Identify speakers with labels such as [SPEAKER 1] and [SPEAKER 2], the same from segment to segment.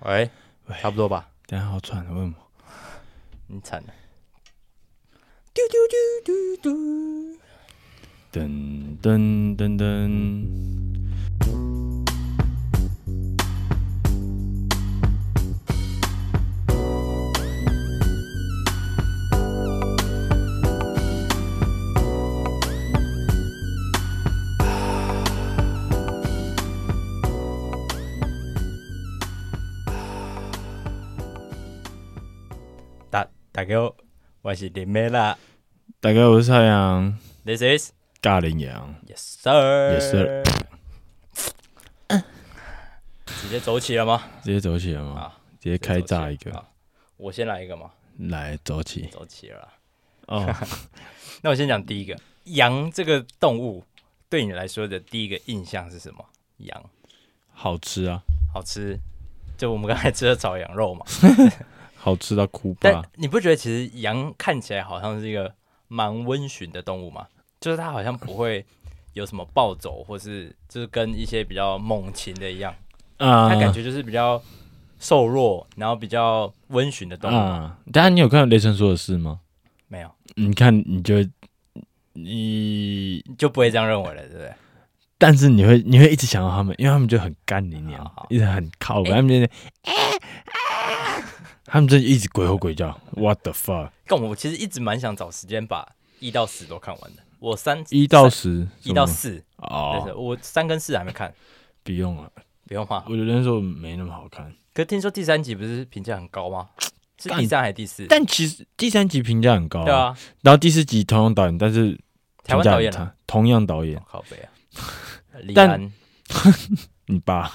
[SPEAKER 1] 喂，
[SPEAKER 2] 喂
[SPEAKER 1] 差不多吧，
[SPEAKER 2] 等一下好喘，为什么？
[SPEAKER 1] 你惨了。
[SPEAKER 2] 噔噔噔噔。
[SPEAKER 1] 大大家好，我是林美啦
[SPEAKER 2] 大家好，我是太阳
[SPEAKER 1] ，This is
[SPEAKER 2] 尬羚羊，
[SPEAKER 1] Yes sir。
[SPEAKER 2] Yes, sir
[SPEAKER 1] 直接走起了吗？
[SPEAKER 2] 直接走起了吗
[SPEAKER 1] 好？
[SPEAKER 2] 直接开炸一
[SPEAKER 1] 直接走起了
[SPEAKER 2] 个，
[SPEAKER 1] 好我先来一个嘛，
[SPEAKER 2] 来走起啊
[SPEAKER 1] 走起了啦。
[SPEAKER 2] 哦。
[SPEAKER 1] 那我先讲第一个，羊这个动物对你来说的第一个印象是什么？羊
[SPEAKER 2] 好吃啊，
[SPEAKER 1] 好吃，就我们刚才吃的炒羊肉嘛。
[SPEAKER 2] 好吃到哭
[SPEAKER 1] 但
[SPEAKER 2] 吧！
[SPEAKER 1] 你不觉得其实羊看起来好像是一个蛮温驯的动物吗？就是它好像不会有什么暴走，或是就是跟一些比较猛禽的一样，
[SPEAKER 2] 啊
[SPEAKER 1] 它感觉就是比较瘦弱，然后比较温驯的动物。
[SPEAKER 2] 啊，但你有看《雷神说的事》吗？
[SPEAKER 1] 没有，
[SPEAKER 2] 嗯你看你就会你，
[SPEAKER 1] 你就不会这样认为了，对不对？
[SPEAKER 2] 但是你会你会一直想到他们，因为他们就很干你娘
[SPEAKER 1] 好好，
[SPEAKER 2] 一直很靠北，他们就在哎啊他们就一直鬼吼鬼叫，What the fuck！
[SPEAKER 1] 但我其实一直蛮想找时间把一到十都看完的，我三
[SPEAKER 2] 一
[SPEAKER 1] 三
[SPEAKER 2] 到十，
[SPEAKER 1] 一到
[SPEAKER 2] 什么
[SPEAKER 1] 四，对，
[SPEAKER 2] 哦，
[SPEAKER 1] 我三跟四还没看，
[SPEAKER 2] 不用了，
[SPEAKER 1] 不用画。
[SPEAKER 2] 我觉得那时候没那么好看。
[SPEAKER 1] 可是听说第三集不是评价很高吗？是
[SPEAKER 2] 干
[SPEAKER 1] 第三还是第四？
[SPEAKER 2] 但哦其实第三集评价很高，
[SPEAKER 1] 对，啊，
[SPEAKER 2] 然后第四集同样导演，但是
[SPEAKER 1] 台湾
[SPEAKER 2] 评价
[SPEAKER 1] 导
[SPEAKER 2] 很
[SPEAKER 1] 演啊
[SPEAKER 2] 差，同样导演，
[SPEAKER 1] 靠 北啊，李
[SPEAKER 2] 但
[SPEAKER 1] 安
[SPEAKER 2] 你 爸。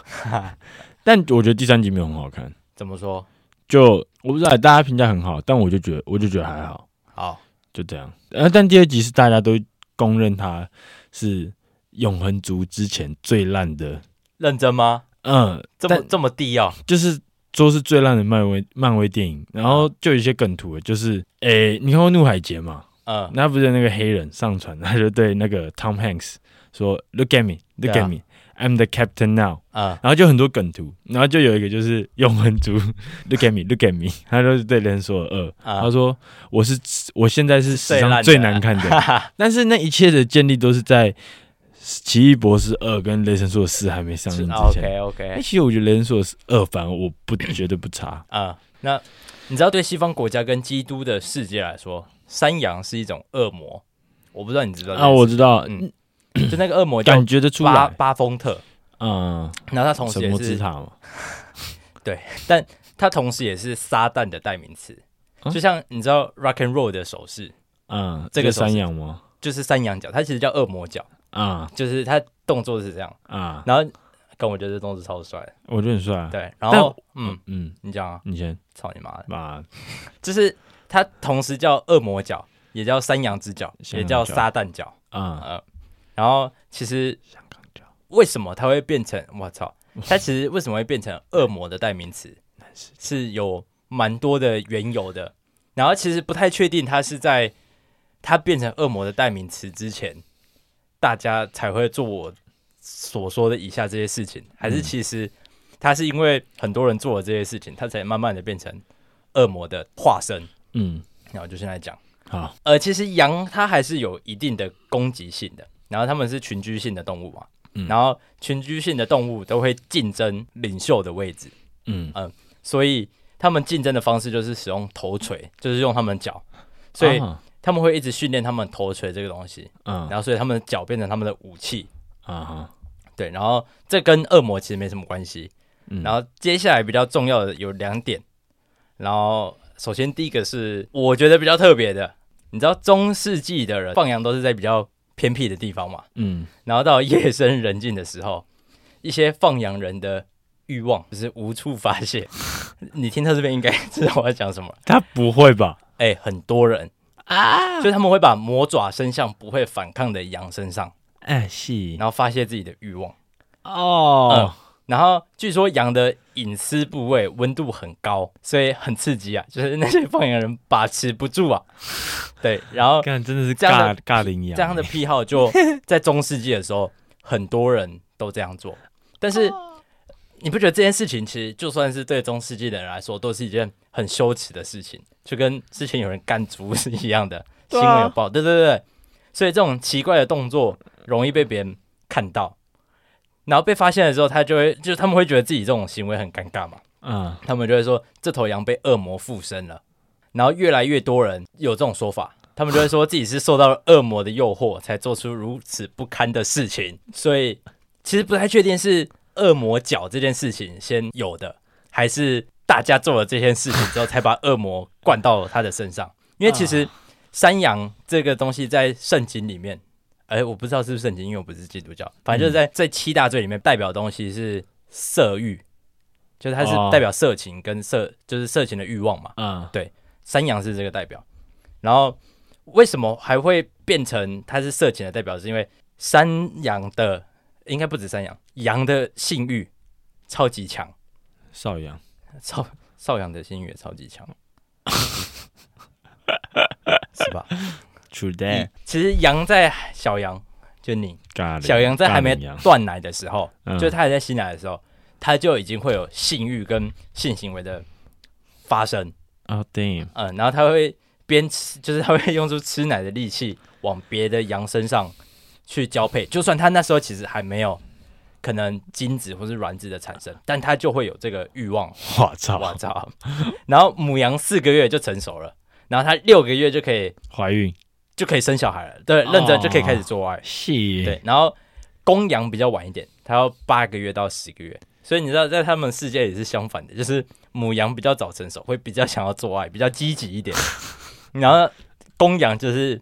[SPEAKER 2] 但我觉得第三集没有很好看，
[SPEAKER 1] 怎么说？
[SPEAKER 2] 就我不知道大家评价很好，但我就觉得我就觉得还好，
[SPEAKER 1] 好，
[SPEAKER 2] 就这样。呃，但第二集是大家都公认它是永恒族之前最烂的，
[SPEAKER 1] 认真吗？
[SPEAKER 2] 嗯，
[SPEAKER 1] 这么
[SPEAKER 2] 但
[SPEAKER 1] 这么低哦，
[SPEAKER 2] 就是说是最烂的漫威漫威电影。然后就有一些梗图，就是诶、你看过《怒海劫》吗？
[SPEAKER 1] 嗯，
[SPEAKER 2] 那不是那个黑人上船，他就对那个 Tom Hanks 说：“Look at me, look
[SPEAKER 1] 对啊
[SPEAKER 2] at me, I'm the captain now。”
[SPEAKER 1] 嗯，
[SPEAKER 2] 然后就很多梗图，然后就有一个就是用文族，look at me，look at me，他就是对人说二，
[SPEAKER 1] 啊
[SPEAKER 2] 他，说我是我现在是史
[SPEAKER 1] 最烂
[SPEAKER 2] 上
[SPEAKER 1] 的
[SPEAKER 2] 最 难看的，但是那一切的建立都是在《奇异博士二》跟《雷神索尔四》还没上映
[SPEAKER 1] 是
[SPEAKER 2] 之前。
[SPEAKER 1] OK
[SPEAKER 2] 那
[SPEAKER 1] OK，
[SPEAKER 2] 其实我觉得《雷神索尔二》反而我不觉得不差，
[SPEAKER 1] 嗯，那你知道对西方国家跟基督的世界来说，山羊是一种恶魔，我不知道你知不知道
[SPEAKER 2] 啊，我知道，
[SPEAKER 1] 嗯就那个恶魔叫
[SPEAKER 2] 感觉得出
[SPEAKER 1] 巴
[SPEAKER 2] 来，
[SPEAKER 1] 巴丰特，
[SPEAKER 2] 嗯，
[SPEAKER 1] 然后他同时
[SPEAKER 2] 神
[SPEAKER 1] 也
[SPEAKER 2] 魔之
[SPEAKER 1] 是
[SPEAKER 2] 塔嘛，
[SPEAKER 1] 他同时也是撒旦的代名词，
[SPEAKER 2] 嗯
[SPEAKER 1] 就像你知道 rock and roll 的手势
[SPEAKER 2] 嗯，
[SPEAKER 1] 这个
[SPEAKER 2] 就山羊吗？
[SPEAKER 1] 就是山羊脚，它其实叫恶魔脚，
[SPEAKER 2] 啊
[SPEAKER 1] 就是它动作是这样，
[SPEAKER 2] 啊，
[SPEAKER 1] 然后跟我觉得这动作超帅的，
[SPEAKER 2] 我觉得很帅，啊，
[SPEAKER 1] 对，然后嗯，
[SPEAKER 2] 嗯，
[SPEAKER 1] 你讲啊，
[SPEAKER 2] 你先啊
[SPEAKER 1] 操你妈的！
[SPEAKER 2] 把
[SPEAKER 1] 就是它同时叫恶魔角，也叫山羊之角，
[SPEAKER 2] 山
[SPEAKER 1] 也
[SPEAKER 2] 羊
[SPEAKER 1] 叫
[SPEAKER 2] 角
[SPEAKER 1] 撒旦角。
[SPEAKER 2] 啊，
[SPEAKER 1] 呃，然后其实
[SPEAKER 2] 香港脚。
[SPEAKER 1] 为什么它会变成我操？它其实为什么会变成恶魔的代名词
[SPEAKER 2] 世，
[SPEAKER 1] 是有蛮多的缘由的。然后其实不太确定它是在它变成恶魔的代名词之前，大家才会做我所说的以下这些事情，还是其实它是因为很多人做了这些事情，它才慢慢的变成恶魔的化身。
[SPEAKER 2] 嗯，
[SPEAKER 1] 然后就先来讲，
[SPEAKER 2] 好，
[SPEAKER 1] 呃，其实羊它还是有一定的攻击性的，然后它们是群居性的动物嘛，
[SPEAKER 2] 嗯
[SPEAKER 1] 然后群居性的动物都会竞争领袖的位置，
[SPEAKER 2] 嗯，
[SPEAKER 1] 所以它们竞争的方式就是使用头锤，就是用它们脚，所以
[SPEAKER 2] 啊
[SPEAKER 1] 他们会一直训练他们头锤这个东西，
[SPEAKER 2] 嗯
[SPEAKER 1] 然后所以他们的脚变成他们的武器，
[SPEAKER 2] 啊哈，
[SPEAKER 1] 对，然后这跟恶魔其实没什么关系，
[SPEAKER 2] 嗯
[SPEAKER 1] 然后接下来比较重要的有两点，然后首先第一个是我觉得比较特别的，你知道中世纪的人放羊都是在比较偏僻的地方嘛，
[SPEAKER 2] 嗯
[SPEAKER 1] 然后到夜深人静的时候，一些放羊人的欲望就是无处发泄。 你听到这边应该知道我要讲什么，
[SPEAKER 2] 他不会吧？
[SPEAKER 1] 哎、很多人啊，就他们会把魔爪伸向不会反抗的羊身上，
[SPEAKER 2] 哎，是
[SPEAKER 1] 然后发泄自己的欲望。
[SPEAKER 2] 哦，
[SPEAKER 1] 然后据说羊的隐私部位温度很高，所以很刺激啊，就是那些放羊人把持不住啊。对，然后
[SPEAKER 2] 干真的是
[SPEAKER 1] 这样
[SPEAKER 2] 尬
[SPEAKER 1] 的
[SPEAKER 2] 尬羚羊，
[SPEAKER 1] 这样的癖好
[SPEAKER 2] 哦
[SPEAKER 1] 就在中世纪的时候，很多人都这样做。但是你不觉得这件事情其实就算是对中世纪的人来说，都是一件很羞耻的事情，就跟之前有人干竹是一样的，
[SPEAKER 2] 对
[SPEAKER 1] 新
[SPEAKER 2] 啊
[SPEAKER 1] 闻有报，对对对，所以这种奇怪的动作容易被别人看到，然后被发现的时候，他就会就是他们会觉得自己这种行为很尴尬嘛，
[SPEAKER 2] 嗯，
[SPEAKER 1] 他们就会说这头羊被恶魔附身了，然后越来越多人有这种说法，他们就会说自己是受到了恶魔的诱惑，才做出如此不堪的事情。所以其实不太确定是恶魔脚这件事情先有的，还是大家做了这件事情之后才把恶魔灌到他的身上。因为其实山羊这个东西在圣经里面，哎，我不知道是不是圣经，因为我不是基督教，反正就是在这七大罪里面代表的东西是色欲。就是它是
[SPEAKER 2] 哦
[SPEAKER 1] 代表色情跟色，就是色情的欲望嘛。
[SPEAKER 2] 嗯，
[SPEAKER 1] 山羊是这个代表，然后为什么还会变成它是色情的代表？是因为山羊的应该不止山羊，羊的性欲超级强，
[SPEAKER 2] 少阳，
[SPEAKER 1] 少少羊的性欲也超级强，是吧？嗯
[SPEAKER 2] true that，
[SPEAKER 1] 其实羊在小羊，就你
[SPEAKER 2] 咖喱
[SPEAKER 1] 小羊在还没
[SPEAKER 2] 咖喱羊
[SPEAKER 1] 断奶的时候，
[SPEAKER 2] 嗯
[SPEAKER 1] 就是它还在吸奶的时候，它就已经会有性欲跟性行为的发生。
[SPEAKER 2] 哦，damn，
[SPEAKER 1] 嗯，然后它会边吃，就是它会用出吃奶的力气往别的羊身上去交配，就算它那时候其实还没有可能精子或是卵子的产生，但它就会有这个欲望。
[SPEAKER 2] 我操，
[SPEAKER 1] 我操！然后母羊四个月就成熟了，然后它六个月就可以
[SPEAKER 2] 怀孕，
[SPEAKER 1] 就可以生小孩了，对，认真就可以开始做爱。
[SPEAKER 2] 是，
[SPEAKER 1] 对，然后公羊比较晚一点，它要八个月到十个月，所以你知道，在他们世界也是相反的，就是母羊比较早成熟，会比较想要做爱，比较积极一点，然后公羊就是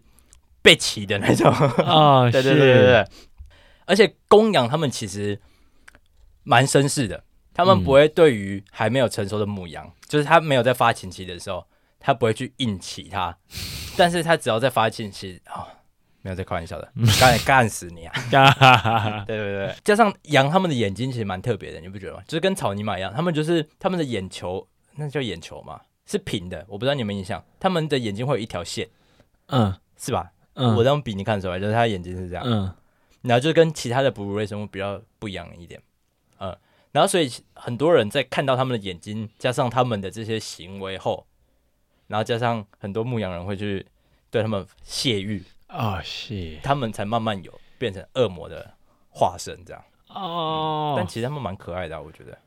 [SPEAKER 1] 被骑的那种，
[SPEAKER 2] 啊，
[SPEAKER 1] 对对对对对对，而且公羊他们其实蛮绅士的，他们
[SPEAKER 2] 嗯
[SPEAKER 1] 不会对于还没有成熟的母羊，就是它没有在发情期的时候，它不会去硬骑它，但是它只要在发情期啊、没有在开玩笑的，干干死你啊！对
[SPEAKER 2] 对，
[SPEAKER 1] 对对，加上羊他们的眼睛其实蛮特别的，你不觉得吗？就是跟草泥马一样，他们就是他们的眼球，那叫眼球嘛，是平的。我不知道你有没有印象，他们的眼睛会有一条线，
[SPEAKER 2] 嗯
[SPEAKER 1] 是吧？
[SPEAKER 2] 嗯，
[SPEAKER 1] 我这样比你看得出来，就是他的眼睛是这样，
[SPEAKER 2] 嗯
[SPEAKER 1] 然后就跟其他的哺乳类生物比较不一样一点，嗯，然后所以很多人在看到他们的眼睛，加上他们的这些行为后，然后加上很多牧羊人会去对他们泄欲，
[SPEAKER 2] 哦是
[SPEAKER 1] 他们才慢慢有变成恶魔的化身这样。但
[SPEAKER 2] 哦，
[SPEAKER 1] 其实他们蛮可爱的啊、我觉得。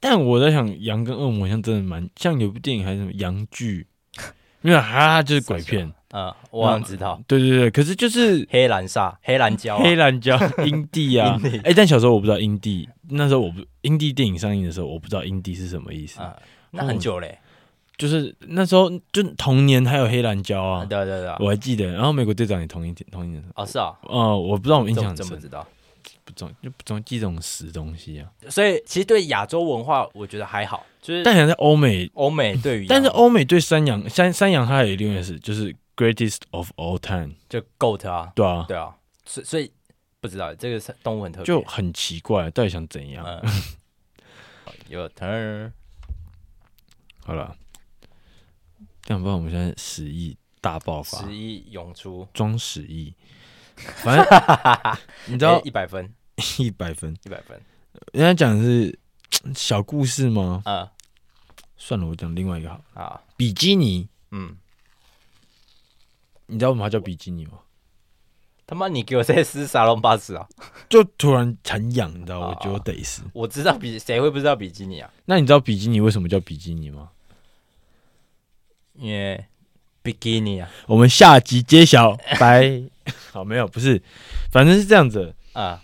[SPEAKER 2] 但我在想，羊跟恶魔好像真的蛮像，有部电影还是什么羊剧， 没有哈，就是鬼片，
[SPEAKER 1] 嗯，我好像知道
[SPEAKER 2] 对对对，可是就是
[SPEAKER 1] 黑兰煞、 黑兰胶、啊，
[SPEAKER 2] 黑兰 椒、英帝啊
[SPEAKER 1] 英帝，
[SPEAKER 2] 哎，但小时候我不知道英帝，那时候我不英帝电影上映的时候，我不知道英帝是什么意思，
[SPEAKER 1] 嗯，那很久嘞、
[SPEAKER 2] 就是那时候就童年还有黑兰椒
[SPEAKER 1] 啊
[SPEAKER 2] 啊，
[SPEAKER 1] 对对对啊，
[SPEAKER 2] 我还记得，然后美国队长也同一天同一年，
[SPEAKER 1] 哦是啊，
[SPEAKER 2] 哦，我不知道我印
[SPEAKER 1] 怎么
[SPEAKER 2] 象很
[SPEAKER 1] 怎么
[SPEAKER 2] 深
[SPEAKER 1] 知，道？
[SPEAKER 2] 不总就不总记这种死东西啊，
[SPEAKER 1] 所以其实对亚洲文化，我觉得还好，就是
[SPEAKER 2] 但想在欧美
[SPEAKER 1] 欧美对于，
[SPEAKER 2] 但是欧美对山羊山山羊它还有另外一个是就是 greatest of all time，
[SPEAKER 1] 就 goat 啊，
[SPEAKER 2] 对啊，
[SPEAKER 1] 对啊，所以所以不知道这个是动物很特别，
[SPEAKER 2] 就很奇怪，到底想怎样？
[SPEAKER 1] 嗯，有 turn，
[SPEAKER 2] 好了，但不然我们现在十亿大爆发，
[SPEAKER 1] 十一涌出，
[SPEAKER 2] 装十 亿，反正你知道
[SPEAKER 1] 一百分，
[SPEAKER 2] 一百分，
[SPEAKER 1] 哎一百分，
[SPEAKER 2] 人家讲的是小故事吗？
[SPEAKER 1] 嗯
[SPEAKER 2] 算了，我讲另外一个好了，
[SPEAKER 1] 啊，
[SPEAKER 2] 比基尼，
[SPEAKER 1] 嗯，
[SPEAKER 2] 你知道为什么它叫比基尼吗？
[SPEAKER 1] 他妈你给我这撕沙龙巴斯啊！
[SPEAKER 2] 就突然很痒，你知道，
[SPEAKER 1] 啊
[SPEAKER 2] 我觉得我得死。
[SPEAKER 1] 我知道比谁会不知道比基尼啊？
[SPEAKER 2] 那你知道比基尼为什么叫比基尼吗？
[SPEAKER 1] 因为比基尼啊，
[SPEAKER 2] 我们下集揭晓，拜。 好，没有，不是，反正是这样子，
[SPEAKER 1] 啊，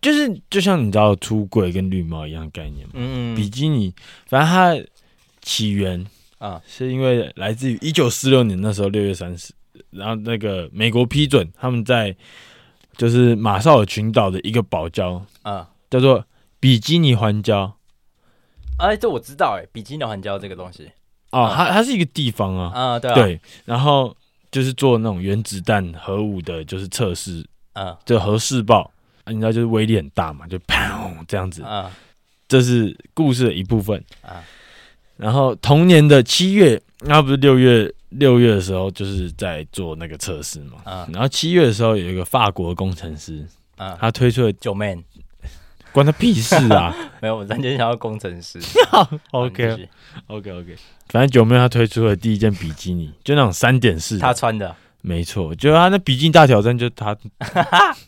[SPEAKER 2] 就是就像你知道出柜跟绿帽一样的概念嘛。
[SPEAKER 1] 嗯，
[SPEAKER 2] 比基尼，反正它的起源
[SPEAKER 1] 啊
[SPEAKER 2] 是因为来自于一九四六年那时候六月三十，然后那个美国批准他们在就是马绍尔群岛的一个堡礁
[SPEAKER 1] 啊。
[SPEAKER 2] 叫做比基尼环礁
[SPEAKER 1] 哎，这我知道哎，比基尼环礁这个东西
[SPEAKER 2] 哦，它它是一个地方啊，
[SPEAKER 1] 啊，对啊，，
[SPEAKER 2] 对，然后就是做那种原子弹核武的，就是测试
[SPEAKER 1] 嗯
[SPEAKER 2] 这核试爆，啊，你知道就是威力很大嘛，就砰这样子。
[SPEAKER 1] 嗯
[SPEAKER 2] 这是故事的一部分
[SPEAKER 1] 啊
[SPEAKER 2] 然后同年的七月，那不是六月六月的时候，就是在做那个测试嘛。
[SPEAKER 1] 嗯
[SPEAKER 2] 然后七月的时候，有一个法国工程师，
[SPEAKER 1] 嗯，
[SPEAKER 2] 他推出了
[SPEAKER 1] 九妹
[SPEAKER 2] 关他屁事 啊哦
[SPEAKER 1] 没有，我突然间想到工程 师。啊好你继
[SPEAKER 2] ！OK
[SPEAKER 1] 续
[SPEAKER 2] OK OK，反正九妹她推出了第一件比基尼，就那种三点式的，
[SPEAKER 1] 他穿的
[SPEAKER 2] 没错，就是他那比基尼大挑战，就是 他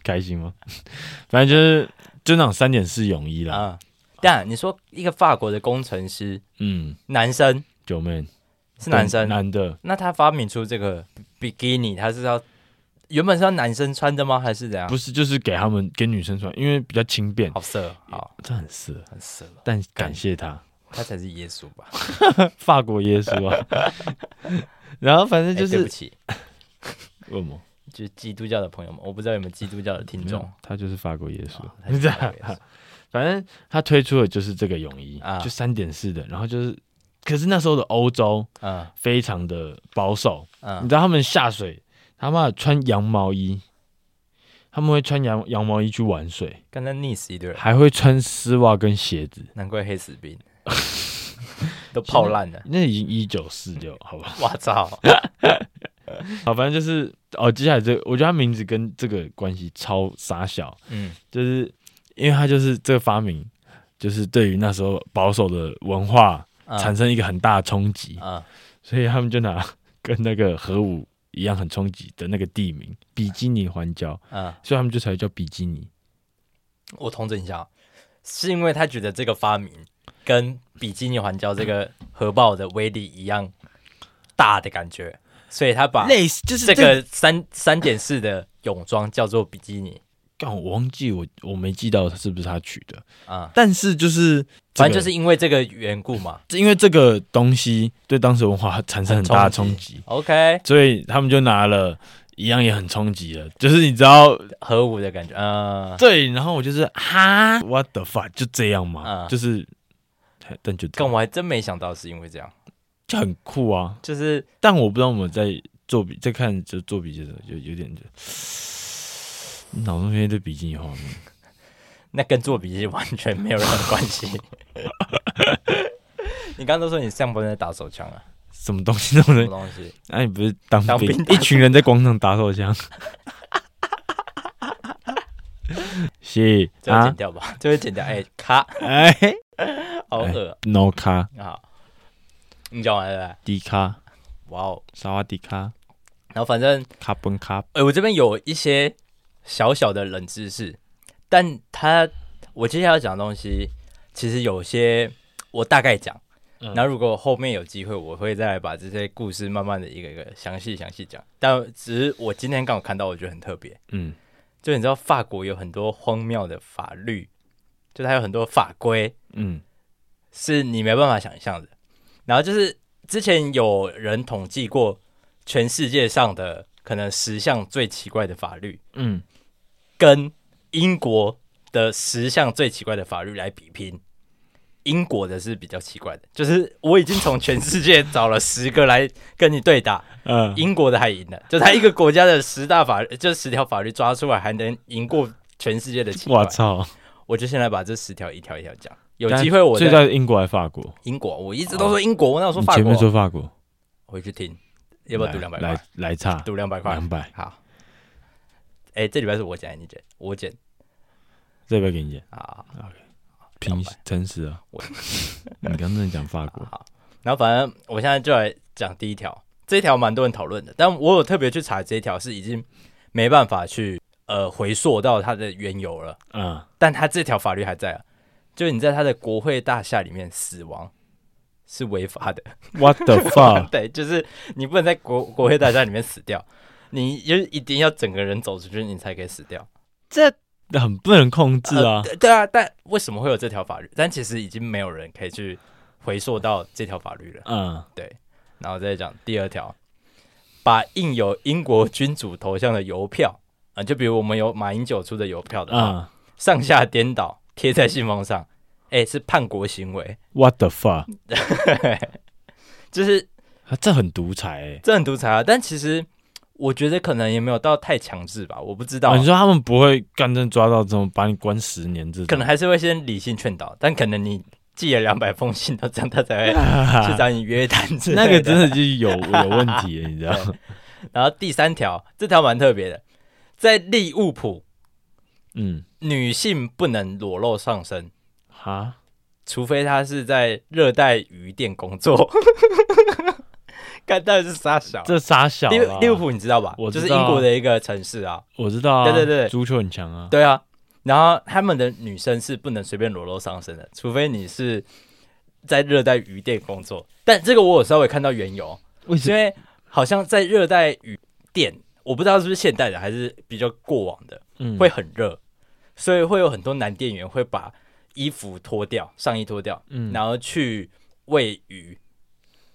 [SPEAKER 2] 开心吗？ 反正就是就那种三点式泳衣啦。
[SPEAKER 1] 啊。但你说一个法国的工程师，
[SPEAKER 2] 嗯，
[SPEAKER 1] 男生
[SPEAKER 2] 九妹
[SPEAKER 1] 是男
[SPEAKER 2] 对
[SPEAKER 1] 生，
[SPEAKER 2] 男的，
[SPEAKER 1] 那他发明出这个比基尼，他是要原本是要男生穿的吗？还是怎样
[SPEAKER 2] 不？是就是给他们给女生穿，因为比较轻便。
[SPEAKER 1] 好色，哦好
[SPEAKER 2] 这很色，
[SPEAKER 1] 很色吧，
[SPEAKER 2] 但感谢他，
[SPEAKER 1] 他才是耶稣吧？
[SPEAKER 2] 法国耶稣 啊。然后反正
[SPEAKER 1] 哎
[SPEAKER 2] 就
[SPEAKER 1] 对
[SPEAKER 2] 是
[SPEAKER 1] 不起，
[SPEAKER 2] 恶魔
[SPEAKER 1] 就是基督教的朋友们，我不知道有没有基督教的听众。，
[SPEAKER 2] 他就是法国耶稣
[SPEAKER 1] 啊。他是法国耶稣
[SPEAKER 2] 反正他推出的就是这个泳衣，
[SPEAKER 1] 啊
[SPEAKER 2] 就三点式的，然后就是，可是那时候的欧洲
[SPEAKER 1] 嗯
[SPEAKER 2] 非常的保守，你
[SPEAKER 1] 嗯，
[SPEAKER 2] 知道他们下水，他妈的穿羊毛衣，他们会穿羊羊毛衣去玩水，
[SPEAKER 1] 刚才溺死一堆人，
[SPEAKER 2] 还会穿丝袜跟鞋子。
[SPEAKER 1] 难怪黑死 病都泡烂 了。
[SPEAKER 2] 那已经一九四六，好吧？
[SPEAKER 1] 我操！
[SPEAKER 2] 好，反正就是哦，接下来这个，我觉得他名字跟这个关系超傻小，
[SPEAKER 1] 嗯
[SPEAKER 2] 就是因为他就是这个发明，就是对于那时候保守的文化
[SPEAKER 1] 嗯
[SPEAKER 2] 产生一个很大的冲击，
[SPEAKER 1] 嗯
[SPEAKER 2] 所以他们就拿 跟那个核武一样很冲击的那个地名比基尼环礁，
[SPEAKER 1] 嗯，
[SPEAKER 2] 所以他们就才叫比基尼。
[SPEAKER 1] 我统整一下，是因为他觉得这个发明跟比基尼环礁这个核爆的威力一样大的感觉，所以他把
[SPEAKER 2] 类似就是
[SPEAKER 1] 这个三三点四的泳装叫做比基尼
[SPEAKER 2] 干，我忘记我我没记到他是不是他取的，
[SPEAKER 1] 啊、
[SPEAKER 2] 但是就是、
[SPEAKER 1] 反正就是因为这个缘故嘛。
[SPEAKER 2] 是因为这个东西对当时文化产生很大的冲击，
[SPEAKER 1] OK，
[SPEAKER 2] 所以他们就拿了一样也很冲击了，就是你知道
[SPEAKER 1] 核武的感觉，嗯、
[SPEAKER 2] 对，然后我就是哈，what the fuck，就这样嘛，
[SPEAKER 1] 嗯
[SPEAKER 2] 就是但就这
[SPEAKER 1] 但
[SPEAKER 2] 样
[SPEAKER 1] 我还真没想到是因为这样，
[SPEAKER 2] 就很酷啊，
[SPEAKER 1] 就是
[SPEAKER 2] 但我不知道我们在做笔在看就做笔记的时候就有点就。脑中现在对比基尼画面，
[SPEAKER 1] 那跟做笔记完全没有任何关 系。你刚刚都说你上班在打手枪啊，
[SPEAKER 2] 什么东西都
[SPEAKER 1] 什么
[SPEAKER 2] 能？
[SPEAKER 1] 东西？
[SPEAKER 2] 那、你不是当
[SPEAKER 1] 当兵
[SPEAKER 2] 一群人在广场打 手枪，是
[SPEAKER 1] 这会
[SPEAKER 2] 啊
[SPEAKER 1] 剪，掉吧，这会剪掉。哎、咔，
[SPEAKER 2] 哎
[SPEAKER 1] 好恶
[SPEAKER 2] ，no 卡
[SPEAKER 1] 啊！好你讲完了对
[SPEAKER 2] 迪卡
[SPEAKER 1] 不对？哇哦！
[SPEAKER 2] 沙瓦迪卡
[SPEAKER 1] 然后反正，
[SPEAKER 2] 卡本卡，
[SPEAKER 1] 哎、我这边有一些小小的冷知识，但他我接下来要讲的东西，其实有些我大概讲。
[SPEAKER 2] 嗯
[SPEAKER 1] 那、如果后面有机会，我会再把这些故事慢慢的一个一个详细详细讲。但只是我今天刚好看到，我觉得很特别。
[SPEAKER 2] 嗯
[SPEAKER 1] 就你知道，法国有很多荒谬的法律，就它有很多法规，
[SPEAKER 2] 嗯
[SPEAKER 1] 是你没办法想象的。然后就是之前有人统计过全世界上的可能十项最奇怪的法律，
[SPEAKER 2] 嗯，
[SPEAKER 1] 跟英国的十项最奇怪的法律来比拼。英国的是比较奇怪的，就是我已经从全世界找了十个来跟你对打，
[SPEAKER 2] 呃，
[SPEAKER 1] 英国的还赢了，就他一个国家的十大法，就十条法律抓出来，还能赢过全世界的奇怪
[SPEAKER 2] 我。操！
[SPEAKER 1] 我就先来把这十条一条一条讲，啊有
[SPEAKER 2] 但
[SPEAKER 1] 机会我
[SPEAKER 2] 所以
[SPEAKER 1] 再
[SPEAKER 2] 在英国还是法国？
[SPEAKER 1] 英国，我一直都说英国，我那我说
[SPEAKER 2] 哦你
[SPEAKER 1] 法
[SPEAKER 2] 前
[SPEAKER 1] 国
[SPEAKER 2] 面，说法国，
[SPEAKER 1] 回去听，要不要赌
[SPEAKER 2] 来
[SPEAKER 1] 两百块
[SPEAKER 2] 来？来差
[SPEAKER 1] 赌两百块
[SPEAKER 2] 两，百，
[SPEAKER 1] 好。哎、这礼拜是我剪还是你剪？我剪
[SPEAKER 2] 这边给你讲，
[SPEAKER 1] 啊。
[SPEAKER 2] 平
[SPEAKER 1] 200
[SPEAKER 2] 诚实啊
[SPEAKER 1] 我。
[SPEAKER 2] 你刚刚讲法 国，
[SPEAKER 1] 然后反正我现在就来讲第一条，这一条蛮多人讨论的，但我有特别去查这一条是已经没办法去呃回溯到它的缘由了，
[SPEAKER 2] 嗯，
[SPEAKER 1] 但它这条法律还在啊，就是你在它的国会大厦里面死亡是违法的。
[SPEAKER 2] What the fuck？
[SPEAKER 1] 对，就是你不能在国国会大厦里面死掉，你就是一定要整个人走出去，你才可以死掉。
[SPEAKER 2] 这很不能控制啊
[SPEAKER 1] 呃。对对啊，但为什么会有这条法律？但其实已经没有人可以去回溯到这条法律了。
[SPEAKER 2] 嗯，
[SPEAKER 1] 然后再讲第二条，把印有英国君主头像的邮票啊、就比如我们有马英九出的邮票的话，
[SPEAKER 2] 嗯
[SPEAKER 1] 上下颠倒贴在信封上，哎，是叛国行为，
[SPEAKER 2] ，What the fuck？
[SPEAKER 1] 就是
[SPEAKER 2] 啊这很独裁欸
[SPEAKER 1] 这很独裁啊。但其实我觉得可能也没有到太强制吧，我不知道啊、
[SPEAKER 2] 啊！你说他们不会干正抓到这种把你关十年这
[SPEAKER 1] 可
[SPEAKER 2] 种
[SPEAKER 1] 能？还是会先理性劝导，但可能你寄了两百封信都这样，他才会去
[SPEAKER 2] 那
[SPEAKER 1] 找你约谈之类
[SPEAKER 2] 个
[SPEAKER 1] 的
[SPEAKER 2] 真的就 有有问题欸了，你知道？
[SPEAKER 1] 然后第三条，这条蛮特别的，在利物浦
[SPEAKER 2] 嗯，
[SPEAKER 1] 女性不能裸露上身，
[SPEAKER 2] 哈，
[SPEAKER 1] 除非她是在热带鱼店工作。 看到底是傻小，
[SPEAKER 2] 这傻小
[SPEAKER 1] 利
[SPEAKER 2] 啊
[SPEAKER 1] 物利物浦你知道吧？
[SPEAKER 2] 我
[SPEAKER 1] 就
[SPEAKER 2] 知
[SPEAKER 1] 是
[SPEAKER 2] 道啊
[SPEAKER 1] 英国的一个城市啊，
[SPEAKER 2] 我知道啊，
[SPEAKER 1] 对对对
[SPEAKER 2] 足球很强啊，
[SPEAKER 1] 对啊。然后他们的女生是不能随便裸露上身的，除非你是在热带鱼店工作。但这个我有稍微看到缘由，
[SPEAKER 2] 为
[SPEAKER 1] 是因为好像在热带雨店，我不知道是不是现代的，还是比较过往的，
[SPEAKER 2] 嗯
[SPEAKER 1] 会很热，所以会有很多男店员会把衣服脱掉，上衣脱掉，
[SPEAKER 2] 嗯
[SPEAKER 1] 然后去喂鱼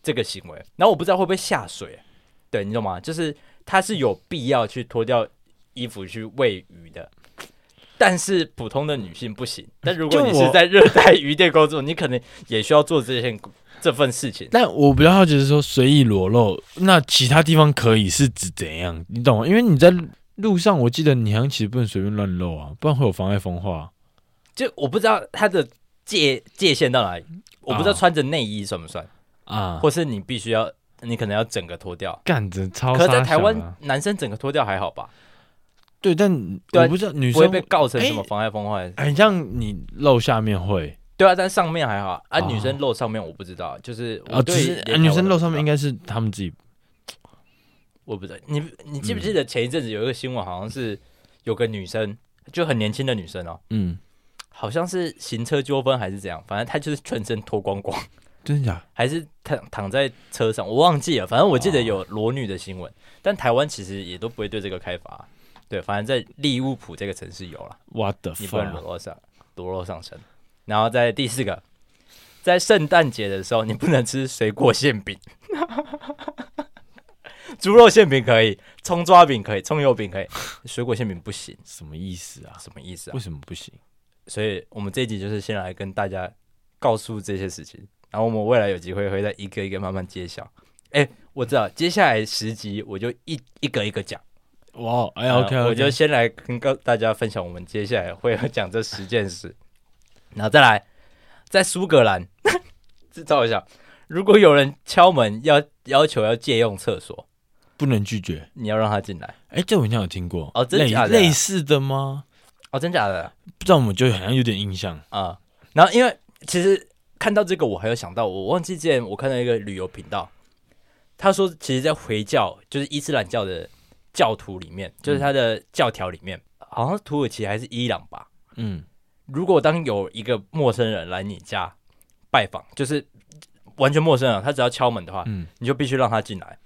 [SPEAKER 1] 这个行为。然后我不知道会不会下水，对你懂吗？就是他是有必要去脱掉衣服去喂鱼的。但是普通的女性不行，但如果
[SPEAKER 2] 就
[SPEAKER 1] 你
[SPEAKER 2] 我
[SPEAKER 1] 是在热带鱼店工作，你可能也需要做这件这份事情。
[SPEAKER 2] 但我比较好奇是说，随意裸露，那其他地方可以是指怎样？你懂吗？因为你在路上，我记得你好像其实不能随便乱露啊，不然会有妨碍风化。
[SPEAKER 1] 就我不知道它的界界限到哪里，我不知道
[SPEAKER 2] 啊
[SPEAKER 1] 穿着内衣算不算，
[SPEAKER 2] 啊，
[SPEAKER 1] 或是你必须要，你可能要整个脱掉。
[SPEAKER 2] 干着超
[SPEAKER 1] 可是在
[SPEAKER 2] 傻
[SPEAKER 1] 台
[SPEAKER 2] 小
[SPEAKER 1] 湾
[SPEAKER 2] 啊，
[SPEAKER 1] 男生整个脱掉还好吧，
[SPEAKER 2] 对，但
[SPEAKER 1] 对啊
[SPEAKER 2] 我不知道女
[SPEAKER 1] 不会
[SPEAKER 2] 生
[SPEAKER 1] 被告成
[SPEAKER 2] 哎
[SPEAKER 1] 什么妨碍风化。
[SPEAKER 2] 很像你露下面会
[SPEAKER 1] 对啊，但上面还好啊，
[SPEAKER 2] 哦
[SPEAKER 1] 女生露上面我不知道，就是
[SPEAKER 2] 啊，
[SPEAKER 1] 我
[SPEAKER 2] 只
[SPEAKER 1] 对
[SPEAKER 2] 是
[SPEAKER 1] 连
[SPEAKER 2] 呃
[SPEAKER 1] 台湾
[SPEAKER 2] 女
[SPEAKER 1] 都
[SPEAKER 2] 生
[SPEAKER 1] 不
[SPEAKER 2] 露
[SPEAKER 1] 知
[SPEAKER 2] 上面
[SPEAKER 1] 道
[SPEAKER 2] 应该是他们自己
[SPEAKER 1] 我不知道。你你记不
[SPEAKER 2] 嗯
[SPEAKER 1] 记得前一阵子有一个新闻，好像是有个女生就很年轻的女生哦，
[SPEAKER 2] 嗯，
[SPEAKER 1] 好像是行车纠纷还是怎样，反正她就是全身脱光光。
[SPEAKER 2] 真的假的？
[SPEAKER 1] 还是躺躺在车上，我忘记了，反正我记得有裸女的新闻，但台湾其实也都不会对这个开罚，啊对，反正在利物浦这个城市有了，
[SPEAKER 2] 我的
[SPEAKER 1] 你不能裸
[SPEAKER 2] 妈！
[SPEAKER 1] 露上裸露上身。然后在第四个，在圣诞节的时候，你不能吃水果馅饼， 猪肉馅饼可以，葱抓饼可以，葱油饼可以，水果馅饼不行，
[SPEAKER 2] 什么意思啊？
[SPEAKER 1] 什么意思啊
[SPEAKER 2] 为？什么不行？
[SPEAKER 1] 所以我们这一集就是先来跟大家告诉这些事情，然后我们未来有机会会再一个一个慢慢揭晓。哎，我知道接下来十集我就一一个一个讲。
[SPEAKER 2] 哇，哎
[SPEAKER 1] 呃
[SPEAKER 2] ，OK，
[SPEAKER 1] 我就先来跟告大家分享我们接下来会要讲这十件事， 然后再来在苏格兰， 这照一下，如果有人敲门要要求要借用厕所，
[SPEAKER 2] 不能拒绝。
[SPEAKER 1] 你要让他进来
[SPEAKER 2] 哎，这我好像有听过
[SPEAKER 1] 哦真
[SPEAKER 2] 类
[SPEAKER 1] 假的啊
[SPEAKER 2] 类似的吗？
[SPEAKER 1] 哦，真假的啊、
[SPEAKER 2] 不知道我们就好像有点印象。
[SPEAKER 1] 啊然后因为其实看到这个，我还有想到，我忘记之前我看到一个旅游频道，他说其实，在回教就是伊斯兰教的教徒里面，就是他的教条里面，好像是土耳其还是伊朗吧。
[SPEAKER 2] 嗯，
[SPEAKER 1] 如果当有一个陌生人来你家拜访，就是完全陌生人，他只要敲门的话，
[SPEAKER 2] 嗯
[SPEAKER 1] 你就必须让他进来。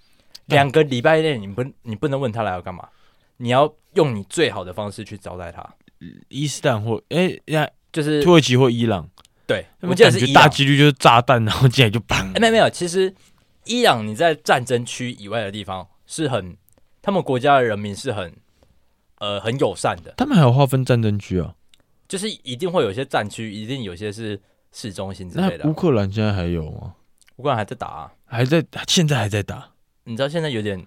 [SPEAKER 2] 对
[SPEAKER 1] 两个礼拜内，你不你不能问他来要干嘛，你要用你最好的方式去招待他。
[SPEAKER 2] 伊斯坦或哎呀，
[SPEAKER 1] 就是
[SPEAKER 2] 土耳其或伊朗，
[SPEAKER 1] 对，我
[SPEAKER 2] 我
[SPEAKER 1] 记得
[SPEAKER 2] 感
[SPEAKER 1] 是
[SPEAKER 2] 觉
[SPEAKER 1] 伊
[SPEAKER 2] 大
[SPEAKER 1] 朗。
[SPEAKER 2] 几率就是炸弹，然后进来就砰
[SPEAKER 1] 哎，。没有没有，其实伊朗你在战争区以外的地方是很，他们国家的人民是很呃很友善的，
[SPEAKER 2] 他们还有划分战争区啊？
[SPEAKER 1] 就是一定会有些战区，一定有些是市中心之类的啊
[SPEAKER 2] 那乌。克兰现在还有吗？
[SPEAKER 1] 乌克兰还在打、啊，
[SPEAKER 2] 还在，现在还在打。
[SPEAKER 1] 你知道现在有点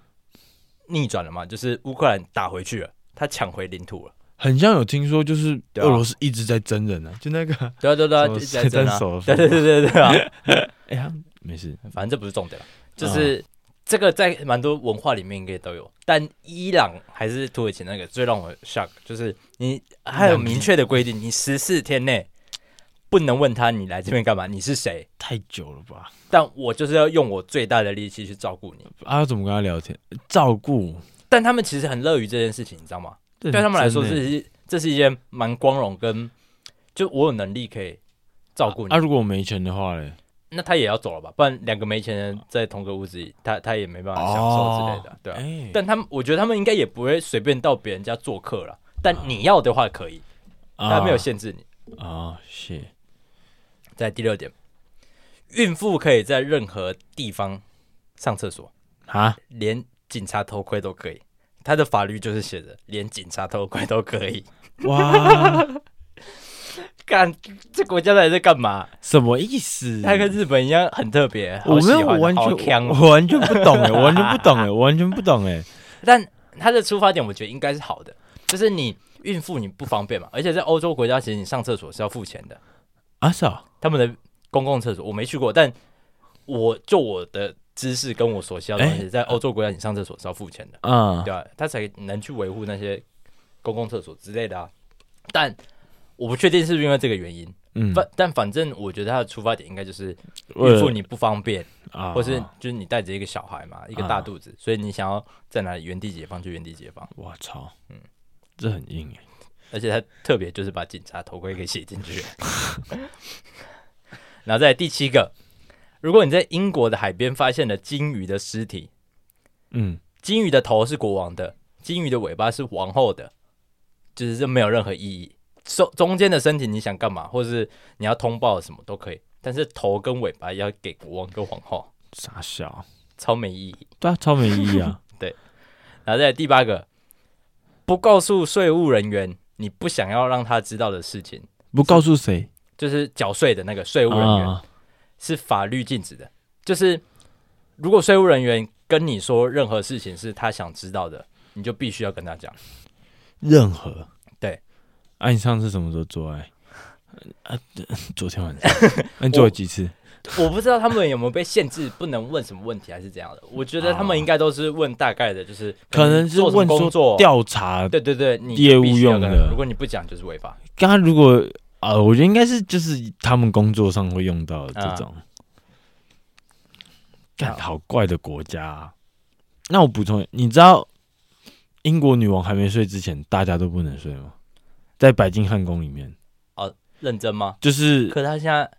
[SPEAKER 1] 逆转了嘛？就是乌克兰打回去了，他抢回领土了。
[SPEAKER 2] 很像有听说，就是
[SPEAKER 1] 对啊
[SPEAKER 2] 俄罗斯一直在真人啊，就那个，
[SPEAKER 1] 对啊对啊对啊，
[SPEAKER 2] 什么
[SPEAKER 1] 一直在争啊
[SPEAKER 2] 水弹手。
[SPEAKER 1] 对对对对对啊！
[SPEAKER 2] 哎呀，没事，
[SPEAKER 1] 反正这不是重点了，就是、这个在蛮多文化里面应该都有，但伊朗还是土耳其那个最让我 shock，就是你还有明确的规定，你十四天内不能问他你来这边干嘛，你是谁。
[SPEAKER 2] 太久了吧？
[SPEAKER 1] 但我就是要用我最大的力气去照顾你，
[SPEAKER 2] 啊，要怎么跟他聊天？照顾，
[SPEAKER 1] 但他们其实很乐于这件事情，你知道吗？
[SPEAKER 2] 对
[SPEAKER 1] 对他们来说这是这是一件蛮光荣跟，就我有能力可以照顾你，
[SPEAKER 2] 啊，如果我没钱的话嘞，
[SPEAKER 1] 那他也要走了吧？不然两个没钱人在同个屋子里，他他也没办法享受之类的，对啊。
[SPEAKER 2] 哎，
[SPEAKER 1] 但他们，我觉得他们应该也不会随便到别人家做客了。但你要的话可以，他没有限制你。
[SPEAKER 2] 啊，谢，
[SPEAKER 1] 在第六点，孕妇可以在任何地方上厕所，
[SPEAKER 2] 啊，
[SPEAKER 1] 连警察偷窥都可以。他的法律就是写着，连警察偷窥都可以。
[SPEAKER 2] 哇，
[SPEAKER 1] 干，这国家到底在干嘛？
[SPEAKER 2] 什么意思？
[SPEAKER 1] 他跟日本一样很特别，好
[SPEAKER 2] 我没
[SPEAKER 1] 喜
[SPEAKER 2] 有，
[SPEAKER 1] 欢
[SPEAKER 2] 我完
[SPEAKER 1] 好
[SPEAKER 2] 全，
[SPEAKER 1] 强哦
[SPEAKER 2] 我完全不懂哎，我 完全不懂哎，我完全不懂哎。
[SPEAKER 1] 但他的出发点，我觉得应该是好的，就是你孕妇你不方便嘛，而且在欧洲国家，其实你上厕所是要付钱的。
[SPEAKER 2] 啊，是啊，
[SPEAKER 1] 他们的公共厕所我没去过，但我就我的知识跟我所需要的东西，在欧洲国家你上厕所是要付钱的，
[SPEAKER 2] 哎啊，
[SPEAKER 1] 对吧、他才能去维护那些公共厕所之类的啊。但我不确定是不是因为这个原因，
[SPEAKER 2] 嗯，
[SPEAKER 1] 反但反正我觉得他的出发点应该就是
[SPEAKER 2] 为
[SPEAKER 1] 孕妇
[SPEAKER 2] 了
[SPEAKER 1] 你不方便，
[SPEAKER 2] 啊，
[SPEAKER 1] 或是就是你带着一个小孩嘛，一个大肚子，所以你想要在哪里原地解放就原地解放，
[SPEAKER 2] 我操，嗯，这很硬哎、
[SPEAKER 1] 而且他特别就是把警察头盔给写进去。 然后再来第七个，如果你在英国的海边发现了鲸鱼的尸体，
[SPEAKER 2] 嗯，
[SPEAKER 1] 鲸鱼的头是国王的，鲸鱼的尾巴是王后的，就是这没有任何意义。中中间的身体你想干嘛，或是你要通报什么都可以，但是头跟尾巴要给国王跟皇后，
[SPEAKER 2] 傻笑，
[SPEAKER 1] 超没意义。
[SPEAKER 2] 对啊，超没意义 啊，
[SPEAKER 1] 然后再来第八个，不告诉税务人员你不想要让他知道的事情，
[SPEAKER 2] 不告诉谁
[SPEAKER 1] 就是缴税的那个税务人员、
[SPEAKER 2] 啊，
[SPEAKER 1] 是法律禁止的，就是如果税务人员跟你说任何事情是他想知道的，你就必须要跟他讲。
[SPEAKER 2] 任何
[SPEAKER 1] 对。
[SPEAKER 2] 啊，你上次什么时候做爱？啊，昨天晚上。 那、你做了几次？
[SPEAKER 1] 我不知道他们有没有被限制，不能问什么问题，还是怎样的？我觉得他们应该都是问大概的，就是
[SPEAKER 2] 可能是
[SPEAKER 1] 做什么
[SPEAKER 2] 问
[SPEAKER 1] 工
[SPEAKER 2] 说
[SPEAKER 1] 作，
[SPEAKER 2] 调查。
[SPEAKER 1] 对对对，你
[SPEAKER 2] 业务
[SPEAKER 1] 必须要
[SPEAKER 2] 用的
[SPEAKER 1] 跟如果你不讲，就是违法。
[SPEAKER 2] 刚刚如果啊、我觉得应该是就是他们工作上会用到的这种。干、
[SPEAKER 1] 好
[SPEAKER 2] 好怪的国家、啊。那我补充，你知道英国女王还没睡之前，大家都不能睡吗？在白金汉宫里面，
[SPEAKER 1] 认真吗？
[SPEAKER 2] 就是
[SPEAKER 1] 可他现在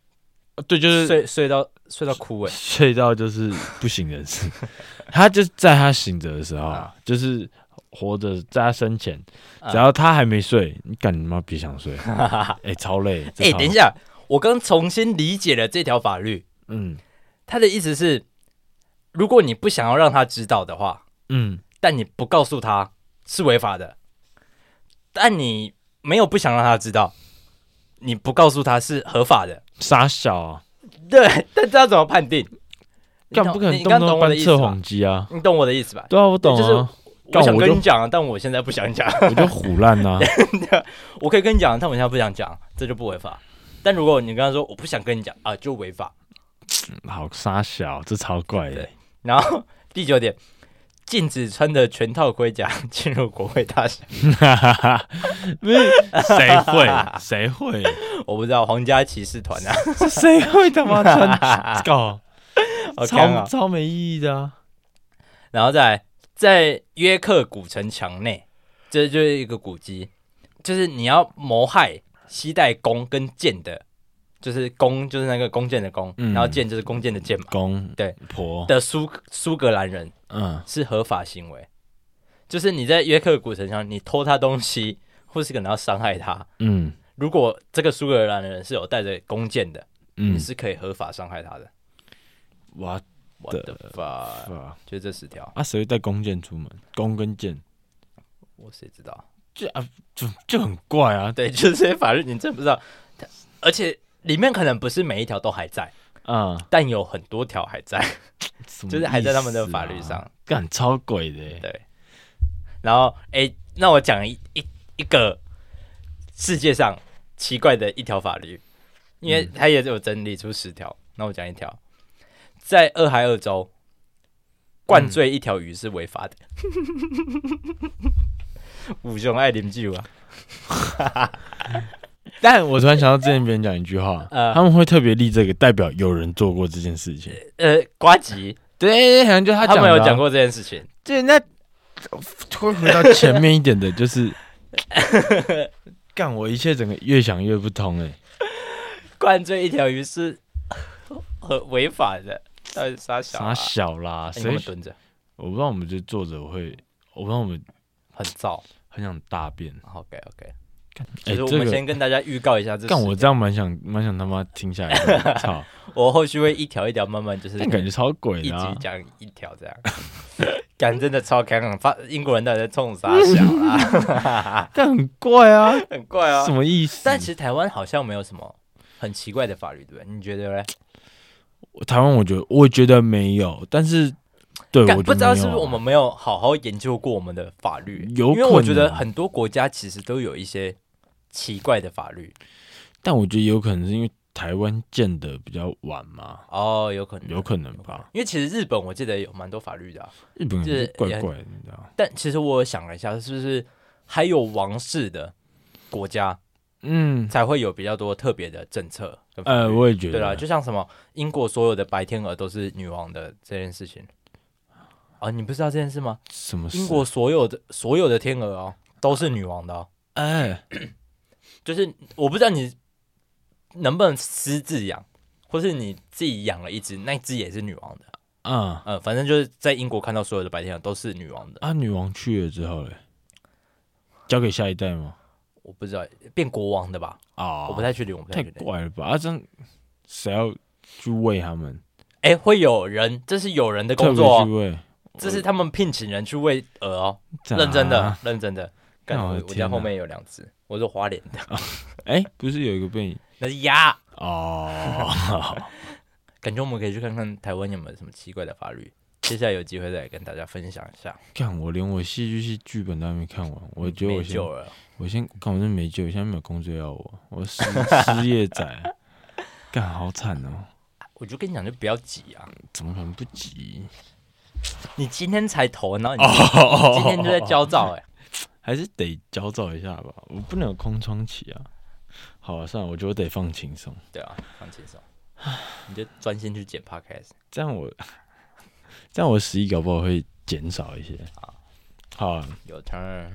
[SPEAKER 2] 对，就是
[SPEAKER 1] 睡睡到睡到哭哎、
[SPEAKER 2] 睡到就是不省人事。 他就在他醒着的时候啊，就是活着在他生前，
[SPEAKER 1] 啊
[SPEAKER 2] 只要他还没睡，你干你妈别想 睡，哎、超累。
[SPEAKER 1] 哎、等一
[SPEAKER 2] 下，
[SPEAKER 1] 下，我刚重新理解了这条法律，
[SPEAKER 2] 嗯
[SPEAKER 1] 他的意思是，如果你不想要让他知道的话，
[SPEAKER 2] 嗯，
[SPEAKER 1] 但你不告诉他是违法的，但你没有不想让他知道，你不告诉他是合法的。
[SPEAKER 2] 傻小啊，
[SPEAKER 1] 对，但这要怎么判定？你
[SPEAKER 2] 干
[SPEAKER 1] 懂
[SPEAKER 2] 不可
[SPEAKER 1] 你
[SPEAKER 2] 能
[SPEAKER 1] 你
[SPEAKER 2] 动
[SPEAKER 1] 刚
[SPEAKER 2] 不
[SPEAKER 1] 懂
[SPEAKER 2] 动
[SPEAKER 1] 我的
[SPEAKER 2] 搬
[SPEAKER 1] 意思
[SPEAKER 2] 测
[SPEAKER 1] 吧？
[SPEAKER 2] 谎机啊。
[SPEAKER 1] 你懂我的意思吧？
[SPEAKER 2] 对啊，我懂啊，
[SPEAKER 1] 就是我
[SPEAKER 2] 干
[SPEAKER 1] 想
[SPEAKER 2] 我
[SPEAKER 1] 跟
[SPEAKER 2] 就
[SPEAKER 1] 你讲，但我现在不想讲。
[SPEAKER 2] 我就虎烂呐、啊。
[SPEAKER 1] 我可以跟你讲，但我现在不想讲，这就不违法。但如果你跟他说我不想跟你讲啊，就违法。
[SPEAKER 2] 好傻小，这超怪的
[SPEAKER 1] 对。然后第九点，禁止穿着全套盔甲进入国会大厦。
[SPEAKER 2] 不是谁 会谁会
[SPEAKER 1] 我不知道皇家骑士团啊，
[SPEAKER 2] 谁会他妈穿 搞
[SPEAKER 1] 好看
[SPEAKER 2] 超
[SPEAKER 1] 啊。
[SPEAKER 2] 超没意义的啊！
[SPEAKER 1] 然后再来在约克古城墙内，这就是一个古迹，就是你要谋害携带弓跟箭的，就是弓就是那个弓箭的弓，
[SPEAKER 2] 嗯
[SPEAKER 1] 然后箭就是弓箭的箭嘛
[SPEAKER 2] 公
[SPEAKER 1] 对
[SPEAKER 2] 婆
[SPEAKER 1] 的苏苏格兰人
[SPEAKER 2] 嗯
[SPEAKER 1] 是合法行为，就是你在约克古城墙你偷他东西，或是可能要伤害他。
[SPEAKER 2] 嗯
[SPEAKER 1] 如果这个苏格兰人是有带着弓箭的，你
[SPEAKER 2] 嗯，
[SPEAKER 1] 是可以合法伤害他的。
[SPEAKER 2] 我
[SPEAKER 1] 我的妈！
[SPEAKER 2] 啊，
[SPEAKER 1] 就这十条，
[SPEAKER 2] 啊谁会带弓箭出门？弓跟箭，
[SPEAKER 1] 我谁知道？
[SPEAKER 2] 这啊就就很怪啊！
[SPEAKER 1] 对， 就是这些法律你真不知道，它而且里面可能不是每一条都还在，
[SPEAKER 2] 啊，
[SPEAKER 1] 但有很多条还在，
[SPEAKER 2] 什么
[SPEAKER 1] 就是还在他们的
[SPEAKER 2] 意思啊
[SPEAKER 1] 法律上，
[SPEAKER 2] 干超鬼的欸。
[SPEAKER 1] 对。然后，哎、那我讲一一一个世界上奇怪的一条法律，因
[SPEAKER 2] 嗯
[SPEAKER 1] 为它也有整理出十条，那我讲一条，在俄亥俄州灌醉一条鱼是违法 的。五熊爱啉酒啊，
[SPEAKER 2] 但我突然想到之前别人讲一句话，
[SPEAKER 1] 呃
[SPEAKER 2] 他们会特别立这个，代表有人做过这件事情。
[SPEAKER 1] 呃，瓜吉
[SPEAKER 2] 对，好像就他
[SPEAKER 1] 他们
[SPEAKER 2] 的
[SPEAKER 1] 有
[SPEAKER 2] 啊
[SPEAKER 1] 讲。过这件事情。
[SPEAKER 2] 对，那回回到前面一点的，就是 干我一切整个越想越不通哎。
[SPEAKER 1] 灌醉一条鱼是 很违法的，到底是啥小、
[SPEAKER 2] 傻
[SPEAKER 1] 啊？
[SPEAKER 2] 小啦，
[SPEAKER 1] 哎你给
[SPEAKER 2] 谁
[SPEAKER 1] 我蹲着，
[SPEAKER 2] 我不知道我们这作者会，我不知道我们
[SPEAKER 1] 很燥。
[SPEAKER 2] 很想大便。
[SPEAKER 1] OK OK，
[SPEAKER 2] 哎、
[SPEAKER 1] 就是我
[SPEAKER 2] 这
[SPEAKER 1] 们
[SPEAKER 2] 个
[SPEAKER 1] 先跟大家预告一下这十条，
[SPEAKER 2] 干我这样蛮想蛮想他妈听下来的， 操！
[SPEAKER 1] 我后续会一条一条慢慢就是
[SPEAKER 2] 但感觉超鬼
[SPEAKER 1] 一
[SPEAKER 2] 的、啊
[SPEAKER 1] 集。讲一条这样。 感真的超尴发英国人到底在冲啥小 啊？
[SPEAKER 2] 但很怪啊，
[SPEAKER 1] 很怪啊
[SPEAKER 2] 什。么意思？
[SPEAKER 1] 但其实台湾好像没有什么很奇怪的法律，对不对？你觉得嘞？
[SPEAKER 2] 台湾我觉得我觉得没有，但是对，我
[SPEAKER 1] 干
[SPEAKER 2] 觉得
[SPEAKER 1] 不知道是不
[SPEAKER 2] 没
[SPEAKER 1] 是
[SPEAKER 2] 有啊
[SPEAKER 1] 我们没有好好研究过我们的法律，
[SPEAKER 2] 有
[SPEAKER 1] 因为我
[SPEAKER 2] 可
[SPEAKER 1] 觉得
[SPEAKER 2] 能啊
[SPEAKER 1] 很多国家其实都有一些奇怪的法律。
[SPEAKER 2] 但我觉得有可能是因为台湾建的比较晚嘛，
[SPEAKER 1] 哦，有可能，
[SPEAKER 2] 有可能吧。
[SPEAKER 1] 因为其实日本我记得有蛮多法律的啊、
[SPEAKER 2] 日本人
[SPEAKER 1] 就是
[SPEAKER 2] 是怪
[SPEAKER 1] 也
[SPEAKER 2] 怪的，你知道吗？
[SPEAKER 1] 但其实我有想了一下，是不是还有王室的，国家
[SPEAKER 2] 嗯，
[SPEAKER 1] 才会有比较多特别的政策跟法律。
[SPEAKER 2] 呃，我也觉得，
[SPEAKER 1] 对啦，就像什么英国所有的白天鹅都是女王的这件事情。啊，你不知道这件事吗？
[SPEAKER 2] 什么事
[SPEAKER 1] 英国所有的所有的天鹅哦，都是女王的、哦，
[SPEAKER 2] 哎，
[SPEAKER 1] 就是我不知道你能不能私自养，或是你自己养了一只，那只也是女王的。
[SPEAKER 2] 啊
[SPEAKER 1] 嗯，反正就是在英国看到所有的白天鹅都是女王的，
[SPEAKER 2] 啊，女王去了之后嘞，交给下一代吗？
[SPEAKER 1] 我不知道变国王的吧，
[SPEAKER 2] 啊，
[SPEAKER 1] 我不太确定，我不太
[SPEAKER 2] 太
[SPEAKER 1] 确定。
[SPEAKER 2] 怪了吧？啊，这样谁要去喂他们？
[SPEAKER 1] 哎、会有人，这是有人的
[SPEAKER 2] 特
[SPEAKER 1] 工
[SPEAKER 2] 别
[SPEAKER 1] 作、
[SPEAKER 2] 去
[SPEAKER 1] 哦，
[SPEAKER 2] 喂，
[SPEAKER 1] 这是他们聘请人去喂鹅 哦，
[SPEAKER 2] 咋
[SPEAKER 1] 认真的，认真的。干，
[SPEAKER 2] 啊那
[SPEAKER 1] 我
[SPEAKER 2] 我的
[SPEAKER 1] 我家
[SPEAKER 2] 天啊
[SPEAKER 1] 后
[SPEAKER 2] 哪
[SPEAKER 1] 面有两只，我是花莲的，
[SPEAKER 2] 哎，不是有一个被
[SPEAKER 1] 那是鸭。
[SPEAKER 2] 哦，
[SPEAKER 1] 感觉我们可以去看看台湾有没有什么奇怪的法律。接下来有机会再来跟大家分享一下。
[SPEAKER 2] 看我连我戏剧系剧本都还没看完，我觉得
[SPEAKER 1] 没
[SPEAKER 2] 我先
[SPEAKER 1] 救了，
[SPEAKER 2] 我先看我真没救，现在没有工作要我，我失失业仔， 干好惨哦，
[SPEAKER 1] 我就跟你讲，就不要急啊！
[SPEAKER 2] 怎么可能不急？
[SPEAKER 1] 你今天才投， 然后你今今天就在焦躁哎、
[SPEAKER 2] 还是得焦躁一下吧，我不能有空窗期啊。好、啊，算了，我觉得我得放轻松，
[SPEAKER 1] 对啊，放轻松，你就专心去剪 podcast。
[SPEAKER 2] 这样我 这样我十一搞不好会减少一些。好啊、
[SPEAKER 1] 有 turn，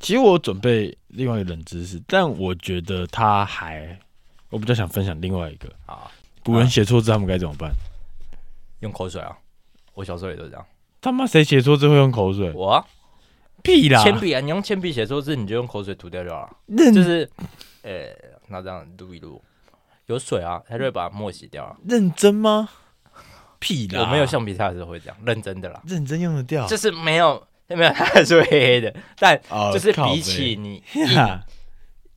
[SPEAKER 2] 其实我有准备另外一个冷知识，但我觉得他还，我比较想分享另外一个，
[SPEAKER 1] 好，
[SPEAKER 2] 古人写错字他们该怎么办？
[SPEAKER 1] 用口水啊！我小时候也都这样。
[SPEAKER 2] 他妈谁写错字会用口水？
[SPEAKER 1] 我啊
[SPEAKER 2] 屁啦！
[SPEAKER 1] 铅笔啊，你嗯用铅笔写错字，你就用口水涂掉就好了。
[SPEAKER 2] 认
[SPEAKER 1] 就是，呃，那这样撸一撸，有水啊，它就会把墨洗掉啊。
[SPEAKER 2] 认真吗？屁啦！
[SPEAKER 1] 我没有橡皮擦的时候会这样，认真的啦。
[SPEAKER 2] 认真用得掉，
[SPEAKER 1] 就是没有没有，它还是会黑黑的，但
[SPEAKER 2] 哦
[SPEAKER 1] 就是
[SPEAKER 2] 靠
[SPEAKER 1] 比起你，
[SPEAKER 2] 背呀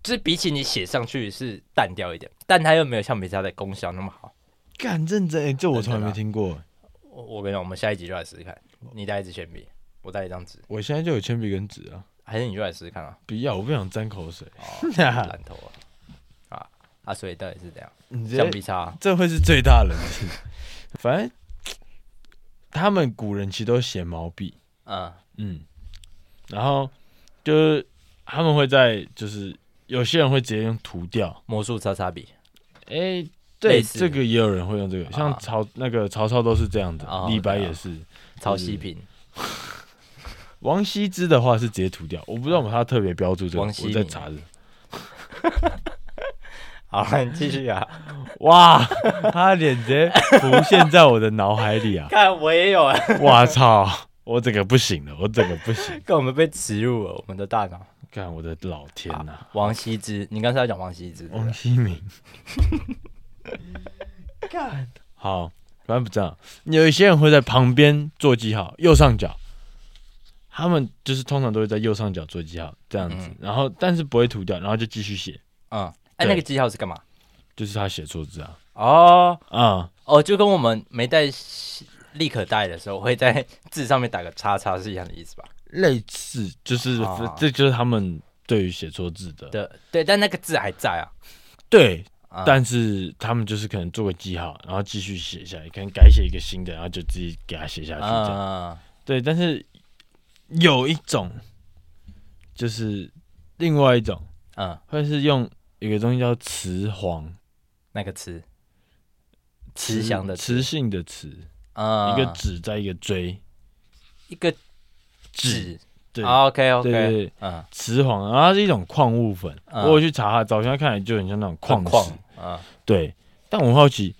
[SPEAKER 1] 就是比起你写上去是淡掉一点，但它又没有橡皮擦的功效那么好。
[SPEAKER 2] 干认真，哎、这我从来
[SPEAKER 1] 认真啊
[SPEAKER 2] 没听过。
[SPEAKER 1] 我我跟你讲，我们下一集就来试试看，你带一支铅笔，我带一张纸，
[SPEAKER 2] 我现在就有铅笔跟纸啊，
[SPEAKER 1] 还是你就来试试看啊？
[SPEAKER 2] 不要，我不想沾 口水。
[SPEAKER 1] 哦烂头啊！啊啊，所以到底是怎样？
[SPEAKER 2] 你
[SPEAKER 1] 橡
[SPEAKER 2] 这
[SPEAKER 1] 皮擦啊
[SPEAKER 2] 这会是最大的冷知识。反正他们古人其实都写毛笔，
[SPEAKER 1] 嗯，
[SPEAKER 2] 嗯，然后就是他们会在就是有些人会直接用涂掉，
[SPEAKER 1] 魔术擦擦笔
[SPEAKER 2] 哎、对，
[SPEAKER 1] 类似
[SPEAKER 2] 这个也有人会用这个，
[SPEAKER 1] 啊
[SPEAKER 2] 像曹那个曹操都是这样子
[SPEAKER 1] 哦，
[SPEAKER 2] 李白
[SPEAKER 1] 对啊
[SPEAKER 2] 也是，
[SPEAKER 1] 抄袭品，
[SPEAKER 2] 王羲之的话是直接涂掉，我不知道我们他特别标注这个，
[SPEAKER 1] 王羲
[SPEAKER 2] 我在
[SPEAKER 1] 明
[SPEAKER 2] 查着。
[SPEAKER 1] 好 了，你继续啊。
[SPEAKER 2] 哇， 他的脸直接浮现在我的脑海 里啊！
[SPEAKER 1] 看我也有啊，
[SPEAKER 2] 哇操，我整个不行了，我整个 不行！
[SPEAKER 1] 跟我们被植入了我们的大脑。
[SPEAKER 2] 看我的老天呐、
[SPEAKER 1] 王羲之，你刚才要讲王羲啊之，对啊不对
[SPEAKER 2] 王羲明，
[SPEAKER 1] 嗯
[SPEAKER 2] 干好，反正不这样。有一些人会在旁边做记号，右上角，他们就是通常都会在右上角做记号这样子，
[SPEAKER 1] 嗯
[SPEAKER 2] 然后但是不会涂掉，然后就继续写，
[SPEAKER 1] 嗯，哎、
[SPEAKER 2] 对
[SPEAKER 1] 那个记号是干嘛？
[SPEAKER 2] 就是他写错字啊
[SPEAKER 1] 哦
[SPEAKER 2] 啊、
[SPEAKER 1] 哦，就跟我们没带立可带的时候，会在 字上面打个叉叉是一样的意思吧？
[SPEAKER 2] 类似就是、
[SPEAKER 1] 啊
[SPEAKER 2] 这就是他们对于写错字的
[SPEAKER 1] 对对，但那个字还在啊。
[SPEAKER 2] 对，
[SPEAKER 1] 啊
[SPEAKER 2] 但是他们就是可能做个记号，然后继续写下来，可能改写一个新的，然后就自己给他写下去这样。
[SPEAKER 1] 嗯，
[SPEAKER 2] 对，但是有一种就是另外一种，
[SPEAKER 1] 嗯，
[SPEAKER 2] 会是用有个东西叫雌黄，
[SPEAKER 1] 那个词，慈祥的
[SPEAKER 2] 雌性的雌，
[SPEAKER 1] 嗯，
[SPEAKER 2] 一个指在一个锥
[SPEAKER 1] 一个
[SPEAKER 2] 指，
[SPEAKER 1] 纸啊
[SPEAKER 2] 对。
[SPEAKER 1] ，OK
[SPEAKER 2] 对
[SPEAKER 1] OK，
[SPEAKER 2] 对对，
[SPEAKER 1] 嗯，
[SPEAKER 2] 雌黄，然后它是一种矿物粉。
[SPEAKER 1] 嗯
[SPEAKER 2] 我有去查它，早前看起来就很像那种矿
[SPEAKER 1] 矿
[SPEAKER 2] 石，，
[SPEAKER 1] 嗯，
[SPEAKER 2] 对，但我好奇，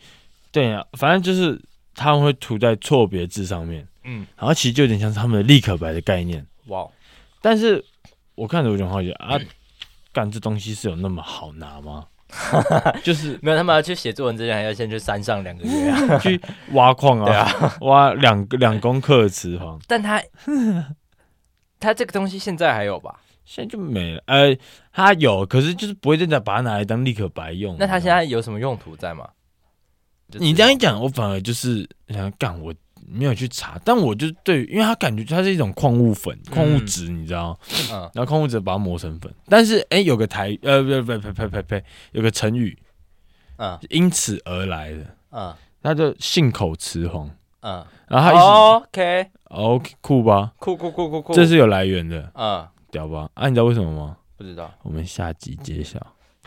[SPEAKER 2] 对呀、反正就是他们会涂在错别字上面，
[SPEAKER 1] 嗯，
[SPEAKER 2] 然后其实就有点像是他们的立可白的概念。
[SPEAKER 1] 哇，哦
[SPEAKER 2] 但是我看着我就很好奇啊，干这东西是有那么好拿 吗？就是
[SPEAKER 1] 没有，他们要去写作文之前，还要先去山上两个月啊。
[SPEAKER 2] 去挖矿
[SPEAKER 1] 对
[SPEAKER 2] 啊，挖两两公克的雌黄，
[SPEAKER 1] 但他 他这个东西现在还有吧？
[SPEAKER 2] 现在就没了。呃，它有，可是就是不会真的把它拿来当立可白用。
[SPEAKER 1] 那他
[SPEAKER 2] 知
[SPEAKER 1] 现
[SPEAKER 2] 道吗
[SPEAKER 1] 在有什么用途在吗？就
[SPEAKER 2] 嗯你
[SPEAKER 1] 只
[SPEAKER 2] 这样一讲，我反而就是想干，我没有去查，但我就对，因为它感觉它是一种矿物粉、矿物质，你知道，
[SPEAKER 1] 嗯
[SPEAKER 2] 然后矿物质把它磨成粉。但是哎、有个台呃，不不不不不不，有个成语
[SPEAKER 1] 嗯
[SPEAKER 2] 因此而来的，
[SPEAKER 1] 嗯
[SPEAKER 2] 它叫信口雌黄。
[SPEAKER 1] 嗯，
[SPEAKER 2] 然后它一直、哦、
[SPEAKER 1] OK，
[SPEAKER 2] 酷吧，
[SPEAKER 1] 酷酷酷酷酷，
[SPEAKER 2] 这是有来源的，
[SPEAKER 1] 嗯，
[SPEAKER 2] 屌吧？啊，你知道为什么吗？
[SPEAKER 1] 不不知道，
[SPEAKER 2] 我们下集揭晓。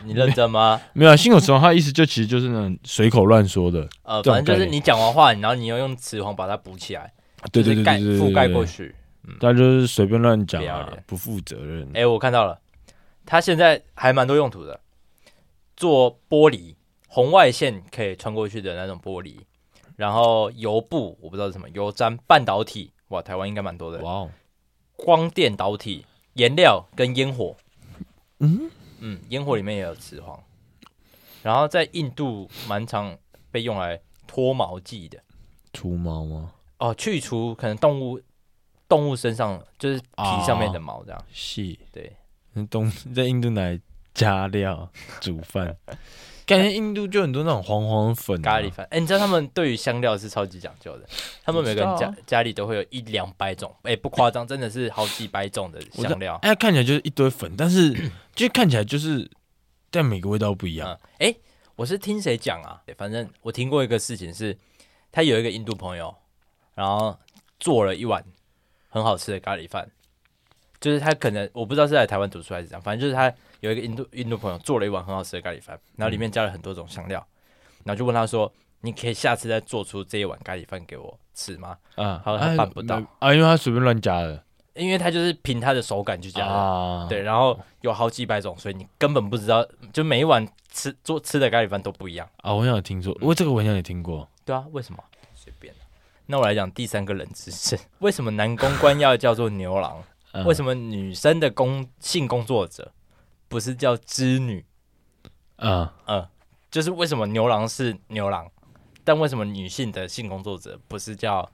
[SPEAKER 1] 你认真 吗？
[SPEAKER 2] 没有、啊，信口雌黄，它的意思就其实就是那种随口乱说的。
[SPEAKER 1] 呃，
[SPEAKER 2] 这种
[SPEAKER 1] 反正就
[SPEAKER 2] 概
[SPEAKER 1] 是
[SPEAKER 2] 念
[SPEAKER 1] 你讲完话，然后你要用雌黄把它补起来，
[SPEAKER 2] 对
[SPEAKER 1] 就
[SPEAKER 2] 对对
[SPEAKER 1] 是盖
[SPEAKER 2] 对对，对
[SPEAKER 1] 覆盖过。去。
[SPEAKER 2] 大家就是随便乱讲
[SPEAKER 1] 不要
[SPEAKER 2] 啊
[SPEAKER 1] 脸，
[SPEAKER 2] 不负责任。
[SPEAKER 1] 哎、我看到了，它现在还蛮多用途的，做玻璃红外线可以穿过去的那种玻璃，然后油布我不知道是什么，油毡半导体，哇，台湾应该蛮多的，
[SPEAKER 2] 哇哦，
[SPEAKER 1] 光电导体、颜料跟烟火，
[SPEAKER 2] 嗯
[SPEAKER 1] 嗯，烟火里面也有雌黄，然后在印度蛮常被用来脱毛剂的
[SPEAKER 2] 除毛吗？
[SPEAKER 1] 哦，去除可能动物动物身上就是皮上面的毛这样，
[SPEAKER 2] 是，
[SPEAKER 1] 对，
[SPEAKER 2] 那东 在印度拿来加料煮 饭，感觉印度就很多那种黄黄粉、啊
[SPEAKER 1] 咖喱。饭。哎、你知道他们对于香料是超级讲 究的，他们每个人
[SPEAKER 2] 我知
[SPEAKER 1] 家、
[SPEAKER 2] 道啊
[SPEAKER 1] 家里都会有一两百种，哎、不夸张，真的是好几百种的
[SPEAKER 2] 我知
[SPEAKER 1] 香料。
[SPEAKER 2] 哎，看起来就是一堆粉，但是就看起来就是，但每个味道不一样
[SPEAKER 1] 嗯。，哎、我是听谁讲啊？对反正我听过一个事情是，他有一个印度朋友，然后做了一碗很好吃的咖喱饭，就是他可能我不知道是在台湾读书还是怎样，反正就是他有一个印度印度朋友做了一碗很好吃的咖喱
[SPEAKER 2] 嗯
[SPEAKER 1] 饭，然后里面加了很多种香料，然后就问他说：“你可以下次再做出这一碗咖喱饭给我吃吗
[SPEAKER 2] 啊，
[SPEAKER 1] 嗯好像
[SPEAKER 2] 哎
[SPEAKER 1] 办不到
[SPEAKER 2] 啊，因为他随便乱加的？”
[SPEAKER 1] 因为他就是凭他的手感去加的。
[SPEAKER 2] 啊。
[SPEAKER 1] 对，然后有好几百种，所以你根本不知道，就每一碗吃做吃的咖喱饭都不一样。
[SPEAKER 2] 啊，我好像有听说，
[SPEAKER 1] 嗯
[SPEAKER 2] 我这个我好像也听过。
[SPEAKER 1] 对啊，为什么？随便、那我来讲第三个冷知识： 为什么男公关要叫做牛 郎？
[SPEAKER 2] 嗯
[SPEAKER 1] 为什么女生的工性工作者不是叫织女？
[SPEAKER 2] 啊，
[SPEAKER 1] 呃，就是为什么牛郎是牛郎，但为什么女性的性工作者不是叫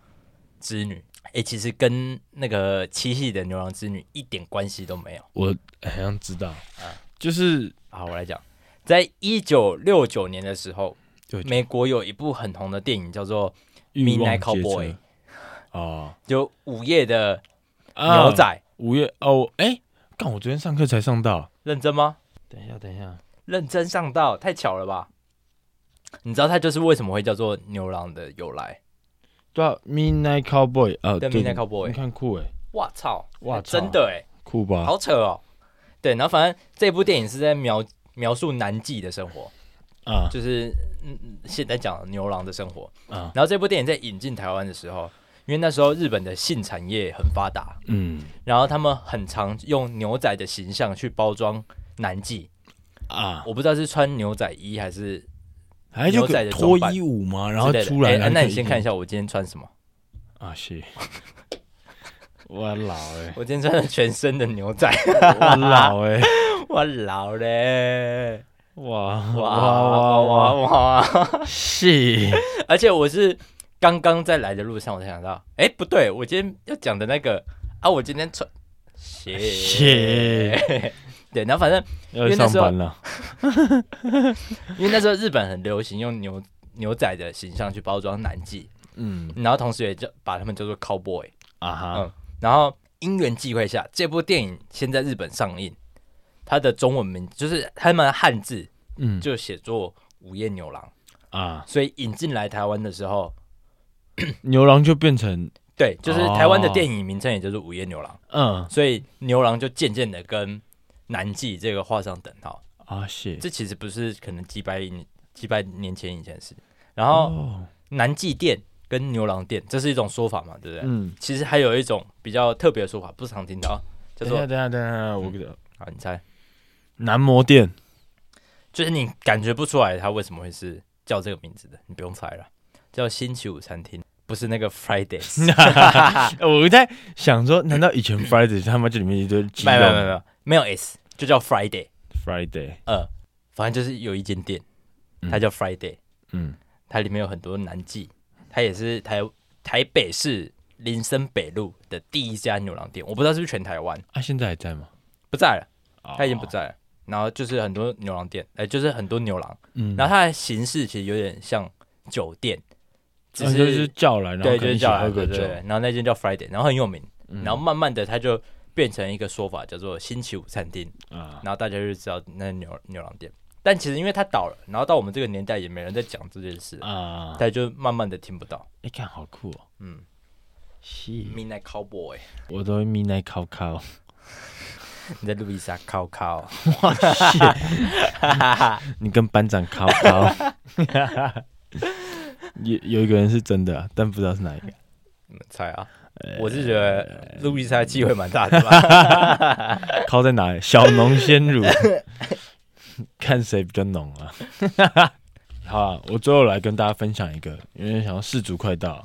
[SPEAKER 1] 织女？诶，其实跟那个七夕的牛郎织女一点关系都没有
[SPEAKER 2] 我好像知道，
[SPEAKER 1] 啊
[SPEAKER 2] 就是
[SPEAKER 1] 好，我来讲，在一九六九年的时候
[SPEAKER 2] 69，
[SPEAKER 1] 美国有一部很红的电影叫做《
[SPEAKER 2] 欲望
[SPEAKER 1] Midnight Cowboy
[SPEAKER 2] 街车哦
[SPEAKER 1] 就午夜的
[SPEAKER 2] 啊
[SPEAKER 1] 牛仔》
[SPEAKER 2] 五月哦，哎，干，我昨天上课才上到。
[SPEAKER 1] 认真吗？
[SPEAKER 2] 等一下，等一下，
[SPEAKER 1] 认真上道，太巧了吧？你知道它就是为什么会叫做牛郎的由来？
[SPEAKER 2] 对啊，Midnight Cowboy 啊，
[SPEAKER 1] 对 Midnight Cowboy
[SPEAKER 2] 你看酷哎，
[SPEAKER 1] 哇操！
[SPEAKER 2] 哇操啊
[SPEAKER 1] 真的哎，
[SPEAKER 2] 酷吧？
[SPEAKER 1] 好扯哦。对，然后反正这部电影是在描描述男妓的生活，
[SPEAKER 2] 啊
[SPEAKER 1] 就是嗯嗯现在讲牛郎的生活。
[SPEAKER 2] 啊，
[SPEAKER 1] 然后这部电影在引进台湾的时候，因为那时候日本的性产业很发达，
[SPEAKER 2] 嗯
[SPEAKER 1] 然后他们很常用牛仔的形象去包装男妓。
[SPEAKER 2] 啊，
[SPEAKER 1] 我不知道是穿牛仔衣还是
[SPEAKER 2] 还有就
[SPEAKER 1] 牛仔的
[SPEAKER 2] 脱
[SPEAKER 1] 装扮
[SPEAKER 2] 衣舞嘛，然后
[SPEAKER 1] 之类的
[SPEAKER 2] 出来
[SPEAKER 1] 哎
[SPEAKER 2] 然后
[SPEAKER 1] 那
[SPEAKER 2] 就
[SPEAKER 1] 你先
[SPEAKER 2] 一
[SPEAKER 1] 看一下我今天穿什么。
[SPEAKER 2] 啊，是， 我老哎，
[SPEAKER 1] 我今天穿了全身的牛仔，
[SPEAKER 2] 我老哎，
[SPEAKER 1] 我老嘞！哇
[SPEAKER 2] 哇哇
[SPEAKER 1] 哇哇
[SPEAKER 2] 哇
[SPEAKER 1] 哇！
[SPEAKER 2] 哇，是，
[SPEAKER 1] 而且我是刚刚在来的路上，我才想到，哎、不对，我今天要讲的那个啊，我今天穿 鞋
[SPEAKER 2] 鞋
[SPEAKER 1] 对，然后反正
[SPEAKER 2] 要
[SPEAKER 1] 哎为那
[SPEAKER 2] 上
[SPEAKER 1] 时候
[SPEAKER 2] 班了，
[SPEAKER 1] 因为那时候日本很流行用牛牛仔的形象去包装男妓，
[SPEAKER 2] 嗯
[SPEAKER 1] 然后同时也叫把他们叫做 cowboy。
[SPEAKER 2] 啊哈
[SPEAKER 1] 嗯，然后因缘际会下，这部电影先在日本上映，它的中文名就是他们汉字
[SPEAKER 2] 嗯
[SPEAKER 1] 就写作《午夜牛郎》。
[SPEAKER 2] 啊，
[SPEAKER 1] 所以引进来台湾的时候，
[SPEAKER 2] 牛郎就变成
[SPEAKER 1] 对，就是
[SPEAKER 2] 哦
[SPEAKER 1] 台湾的电影名称也就是《午夜牛郎》，
[SPEAKER 2] 嗯
[SPEAKER 1] 所以牛郎就渐渐的跟男妓这个画上等号。
[SPEAKER 2] 啊是，
[SPEAKER 1] 这其实不是可能几百年几百年前以前的事。然后
[SPEAKER 2] 哦
[SPEAKER 1] 男妓店跟牛郎店，这是一种说法嘛，对不对？
[SPEAKER 2] 嗯，
[SPEAKER 1] 其实还有一种比较特别的说法，不常听到，叫
[SPEAKER 2] 等
[SPEAKER 1] 做
[SPEAKER 2] 一下等一下等一下，我给他
[SPEAKER 1] 啊，你猜，
[SPEAKER 2] 男模店
[SPEAKER 1] 就是你感觉不出来他为什么会是叫这个名字的，你不用猜了，叫星期五餐厅，不是那个 Fridays。
[SPEAKER 2] 我在想说，难道以前 Friday 他妈这里面一堆鸡肉
[SPEAKER 1] 没有没有没有没有 S，就叫 Friday。
[SPEAKER 2] Friday？
[SPEAKER 1] 呃，反正就是有一间店，
[SPEAKER 2] 嗯
[SPEAKER 1] 它叫 Friday，、
[SPEAKER 2] 嗯
[SPEAKER 1] 它里面有很多男妓，它也是台台北市林森北路的第一家牛郎店，我不知道是不是全台湾，
[SPEAKER 2] 啊，现在还在吗？
[SPEAKER 1] 不在了，
[SPEAKER 2] 他
[SPEAKER 1] 哦它已经不，在了。
[SPEAKER 2] 哦
[SPEAKER 1] 然后就是很多牛郎店，哎、就是很多牛郎，
[SPEAKER 2] 嗯
[SPEAKER 1] 然后它的形式其实有点像酒店，只
[SPEAKER 2] 啊
[SPEAKER 1] 是、
[SPEAKER 2] 就是叫来，然后
[SPEAKER 1] 对，
[SPEAKER 2] 可
[SPEAKER 1] 就
[SPEAKER 2] 能
[SPEAKER 1] 是
[SPEAKER 2] 一起
[SPEAKER 1] 叫来
[SPEAKER 2] 喝
[SPEAKER 1] 对
[SPEAKER 2] 个
[SPEAKER 1] 对
[SPEAKER 2] 酒
[SPEAKER 1] 对，然后那间叫 Friday，然后很有名，
[SPEAKER 2] 嗯
[SPEAKER 1] 然后慢慢的它就变成一个说法叫做星期五餐厅，
[SPEAKER 2] 啊，
[SPEAKER 1] 然后大家就知道那牛牛郎店。但其实因为它倒了，然后到我们这个年代也没人在讲这件事，
[SPEAKER 2] 啊
[SPEAKER 1] 大，家就慢慢的听不到。
[SPEAKER 2] 哎，看好酷哦，
[SPEAKER 1] 嗯
[SPEAKER 2] 是，嗯
[SPEAKER 1] ，Midnight Cowboy，
[SPEAKER 2] 我都会 midnight 烤烤，
[SPEAKER 1] 你在路易莎靠靠，
[SPEAKER 2] 你跟班长考考。 有有一个人是真的啊、但不知道是哪一个。
[SPEAKER 1] 你们猜啊？
[SPEAKER 2] 呃
[SPEAKER 1] 我是觉得路易莎机会蛮大的 吧。
[SPEAKER 2] 靠在哪里？小浓鲜乳，看谁比较浓啊。 好啊，我最后来跟大家分享一个，因为想要世足快到，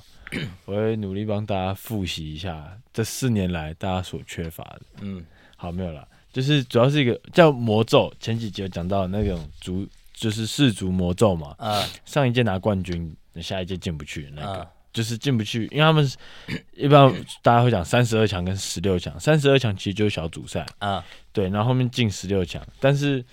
[SPEAKER 2] 我会努力帮大家复习一下这四年来大家所缺乏的。
[SPEAKER 1] 嗯，
[SPEAKER 2] 好，没有啦，就是主要是一个叫魔咒，前几集有讲到那种足，就是世足魔咒嘛。
[SPEAKER 1] 呃，
[SPEAKER 2] 上一届拿冠军，下一届进不去的那个。
[SPEAKER 1] 呃
[SPEAKER 2] 就是进不去，因为他们是一般大家会讲三十二强跟十六强，三十二强其实就是小组赛，
[SPEAKER 1] 呃，
[SPEAKER 2] 对，然后后面进十六强，但是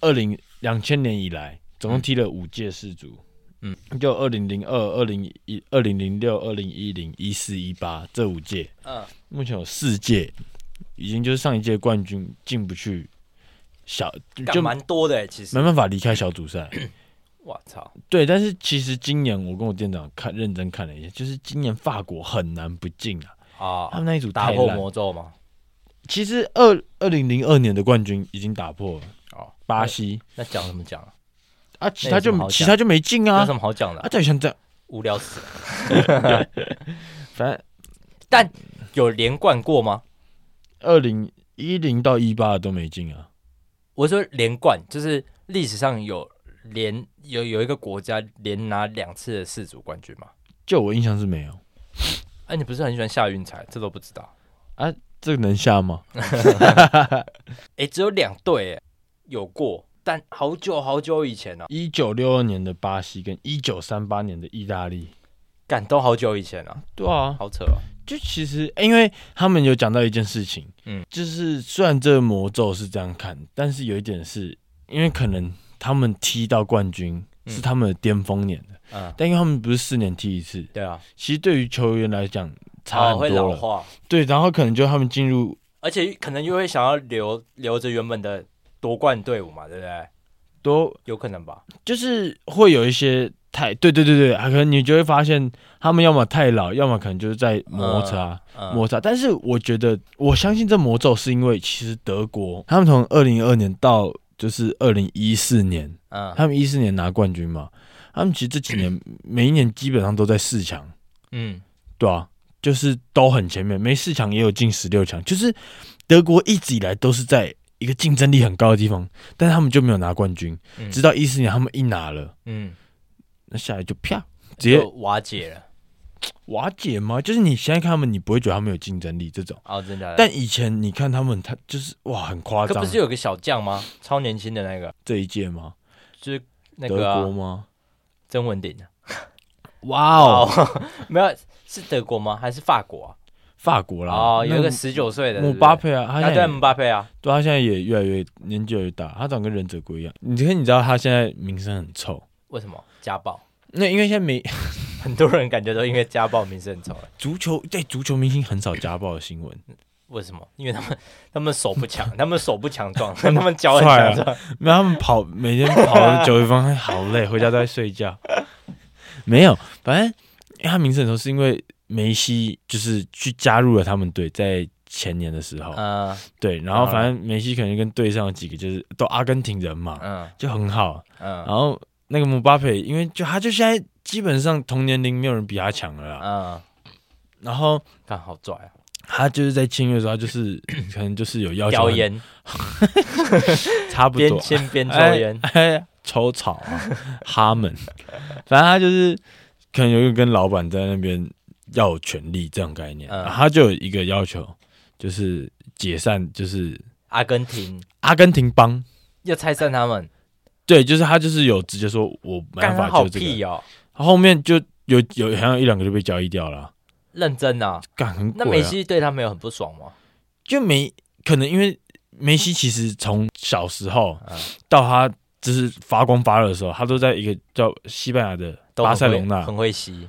[SPEAKER 2] 二零两千年以来，总共踢了五届世足，
[SPEAKER 1] 嗯，
[SPEAKER 2] 就二零零二、二零一、二零零六、二零一零、一四、一八这五届，
[SPEAKER 1] 嗯，
[SPEAKER 2] 目前有四届已经就是上一届冠军进不去小，
[SPEAKER 1] 干
[SPEAKER 2] 就没
[SPEAKER 1] 蛮多的欸其实。
[SPEAKER 2] 办法离开小组赛，
[SPEAKER 1] 我操，
[SPEAKER 2] 对，但是其实今年我跟我店长看认真看了一下，就是今年法国很难不进啊，他
[SPEAKER 1] 啊，
[SPEAKER 2] 们那一组
[SPEAKER 1] 打
[SPEAKER 2] 太
[SPEAKER 1] 破
[SPEAKER 2] 烂
[SPEAKER 1] 魔咒吗？
[SPEAKER 2] 其实二二零零二年的冠军已经打破了
[SPEAKER 1] 哦，
[SPEAKER 2] 巴西
[SPEAKER 1] 那讲什么讲啊？
[SPEAKER 2] 啊，其
[SPEAKER 1] 那
[SPEAKER 2] 他
[SPEAKER 1] 有什么
[SPEAKER 2] 就
[SPEAKER 1] 好
[SPEAKER 2] 其
[SPEAKER 1] 讲
[SPEAKER 2] 他就没进
[SPEAKER 1] 有
[SPEAKER 2] 啊
[SPEAKER 1] 什，么好讲的啊？
[SPEAKER 2] 啊，再想这样，
[SPEAKER 1] 无聊死了。
[SPEAKER 2] 反正
[SPEAKER 1] 有连冠过吗？
[SPEAKER 2] 二零一零到一八都没进啊，
[SPEAKER 1] 我说连冠就是历史上有连有有一个国家连拿两次的世足冠军吗？
[SPEAKER 2] 就我印象是没有，
[SPEAKER 1] 哎、你不是很喜欢夏运彩，这都不知道。
[SPEAKER 2] 这个能下吗？
[SPEAKER 1] 哎、只有两队哎有过，但好久好久以前了、啊
[SPEAKER 2] 一九六二年的巴西跟一九三八年的意大利，
[SPEAKER 1] 感都好久以前了、
[SPEAKER 2] 对啊，
[SPEAKER 1] 好扯哦、
[SPEAKER 2] 就其实、因为他们有讲到一件事情，
[SPEAKER 1] 嗯
[SPEAKER 2] 嗯，就是虽然这个魔咒是这样看，但是有一点是因为可能他们踢到冠军
[SPEAKER 1] 嗯
[SPEAKER 2] 是他们的巅峰年的，
[SPEAKER 1] 嗯，
[SPEAKER 2] 但因为他们不是四年踢一次。
[SPEAKER 1] 对啊，
[SPEAKER 2] 其实对于球员来讲差
[SPEAKER 1] 好
[SPEAKER 2] 很
[SPEAKER 1] 会
[SPEAKER 2] 多
[SPEAKER 1] 老
[SPEAKER 2] 了。
[SPEAKER 1] 化，
[SPEAKER 2] 对，然后可能就他们进入
[SPEAKER 1] 而且可能又会想要留留着原本的夺冠队伍嘛，对不对？
[SPEAKER 2] 都
[SPEAKER 1] 有可能吧。
[SPEAKER 2] 就是会有一些太对对对对，啊可能你就会发现他们要么太老，要么可能就是在摩擦、
[SPEAKER 1] 嗯，
[SPEAKER 2] 摩擦。但是我觉得我相信这魔咒是因为其实德国他们从二零二年到就是二零一四年，
[SPEAKER 1] 嗯
[SPEAKER 2] 他们一四年拿冠军嘛，他们其实这几年每一年基本上都在四强。
[SPEAKER 1] 嗯
[SPEAKER 2] 对啊，就是都很前面，没四强也有进十六强，就是德国一直以来都是在一个竞争力很高的地方，但是他们就没有拿冠军，
[SPEAKER 1] 嗯
[SPEAKER 2] 直到一四年他们一拿了，
[SPEAKER 1] 嗯，
[SPEAKER 2] 那下来就啪直
[SPEAKER 1] 就
[SPEAKER 2] 接
[SPEAKER 1] 瓦解了。
[SPEAKER 2] 瓦解嘛，就是你现在看他们，你不会觉得他们有竞争力这种，
[SPEAKER 1] 哦，真的。
[SPEAKER 2] 但以前你看他们，他就是哇很夸
[SPEAKER 1] 可
[SPEAKER 2] 张
[SPEAKER 1] 不，是有个小将吗？超年轻的那个，
[SPEAKER 2] 这一届吗？
[SPEAKER 1] 就是那个啊、
[SPEAKER 2] 德国吗？
[SPEAKER 1] 曾文鼎。啊
[SPEAKER 2] 哇哦，
[SPEAKER 1] 哦， 没有，是德国吗？还是法国啊？
[SPEAKER 2] 法国啦，
[SPEAKER 1] 哦，
[SPEAKER 2] 那
[SPEAKER 1] 有一个十九岁的
[SPEAKER 2] 姆巴
[SPEAKER 1] 对
[SPEAKER 2] 佩啊，他
[SPEAKER 1] 不对啊，
[SPEAKER 2] 现在
[SPEAKER 1] 对，
[SPEAKER 2] 也
[SPEAKER 1] 姆巴佩啊，
[SPEAKER 2] 对，他现在也越来越年纪越来越大，他长跟忍者龟一样。你看，你知道他现在名声很臭，
[SPEAKER 1] 为什么家 暴？
[SPEAKER 2] 那因为现在没
[SPEAKER 1] 很多人感觉都因为家暴名声很臭欸了，
[SPEAKER 2] 足球对足球明星很少家暴的新闻，
[SPEAKER 1] 为什么？因为他们 他们手不 强，他们手不强壮，他们脚很
[SPEAKER 2] 啊
[SPEAKER 1] 强壮。
[SPEAKER 2] 没有他们跑每天跑了九十分钟，好累，回家都在睡觉。 没有，反正因为他名声很臭，是因为梅西就是去加入了他们队，在前年的时候，
[SPEAKER 1] 嗯
[SPEAKER 2] 对，然后反正梅西可能跟队上有几个就是都阿根廷人嘛，
[SPEAKER 1] 嗯
[SPEAKER 2] 就很好。然
[SPEAKER 1] 嗯
[SPEAKER 2] 后那个姆巴佩，因为就他就现在基本上同年龄没有人比他强了啦，
[SPEAKER 1] 嗯，
[SPEAKER 2] 然后
[SPEAKER 1] 看好拽啊，
[SPEAKER 2] 他就是在签约的时候，他就是 可能就是有要求
[SPEAKER 1] 叼
[SPEAKER 2] 很，
[SPEAKER 1] 烟，
[SPEAKER 2] 差不
[SPEAKER 1] 边
[SPEAKER 2] 多。
[SPEAKER 1] 签边抽烟。
[SPEAKER 2] 哎，抽草 啊，哈们，反正他就是可能有一个跟老板在那边要有权利这种概念，
[SPEAKER 1] 嗯
[SPEAKER 2] 然后他就有一个要求，就是解散，就是
[SPEAKER 1] 阿根廷
[SPEAKER 2] 阿根廷帮，
[SPEAKER 1] 要拆散他们，
[SPEAKER 2] 对，就是他就是有直接说我没
[SPEAKER 1] 干他
[SPEAKER 2] 办法
[SPEAKER 1] 好
[SPEAKER 2] 就这
[SPEAKER 1] 屁
[SPEAKER 2] 个，
[SPEAKER 1] 哦，
[SPEAKER 2] 后面就有有好像一两个就被交易掉了啊，
[SPEAKER 1] 认真啊。
[SPEAKER 2] 干很
[SPEAKER 1] 那
[SPEAKER 2] 鬼
[SPEAKER 1] 梅
[SPEAKER 2] 啊，
[SPEAKER 1] 西对他们有很不爽吗？
[SPEAKER 2] 就没可能因为梅西其实从小时候
[SPEAKER 1] 嗯
[SPEAKER 2] 到他。就是发光发热的时候，他都在一个叫西班牙的
[SPEAKER 1] 都很
[SPEAKER 2] 巴塞
[SPEAKER 1] 会
[SPEAKER 2] 隆纳，
[SPEAKER 1] 很会 吸，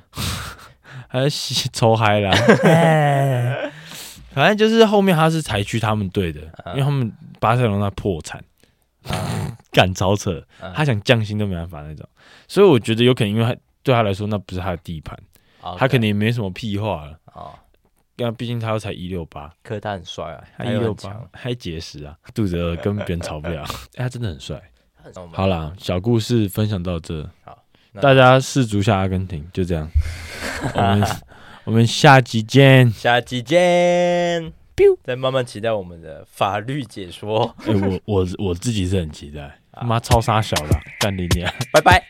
[SPEAKER 2] 他吸 抽嗨啦。
[SPEAKER 1] 哎
[SPEAKER 2] 反正就是后面他是才去他们队的，
[SPEAKER 1] 啊
[SPEAKER 2] 因为他们巴塞罗那破产，干超扯，
[SPEAKER 1] 嗯
[SPEAKER 2] 他想降薪都没办法那种。所以我觉得有可能，因为他对他来说那不是他的地盘，
[SPEAKER 1] 他
[SPEAKER 2] 他可能也没什么屁话了。
[SPEAKER 1] 哦，
[SPEAKER 2] 那毕竟他才一六八，
[SPEAKER 1] 可是他很帅啊，
[SPEAKER 2] 他
[SPEAKER 1] 他
[SPEAKER 2] 一
[SPEAKER 1] 又
[SPEAKER 2] 六
[SPEAKER 1] 很
[SPEAKER 2] 八
[SPEAKER 1] 强，
[SPEAKER 2] 还结实啊，肚子饿跟别人吵 不了。哎，他真的很帅。
[SPEAKER 1] 他很强
[SPEAKER 2] 好啦，小故事分享到这，
[SPEAKER 1] 好那
[SPEAKER 2] 大家试足下阿根廷，就这样。我们我们下集见。
[SPEAKER 1] 下集见。再慢慢期待我们的法律解说，
[SPEAKER 2] 哎，我我我自己是很期待，妈超傻小的，干你娘！
[SPEAKER 1] 拜拜。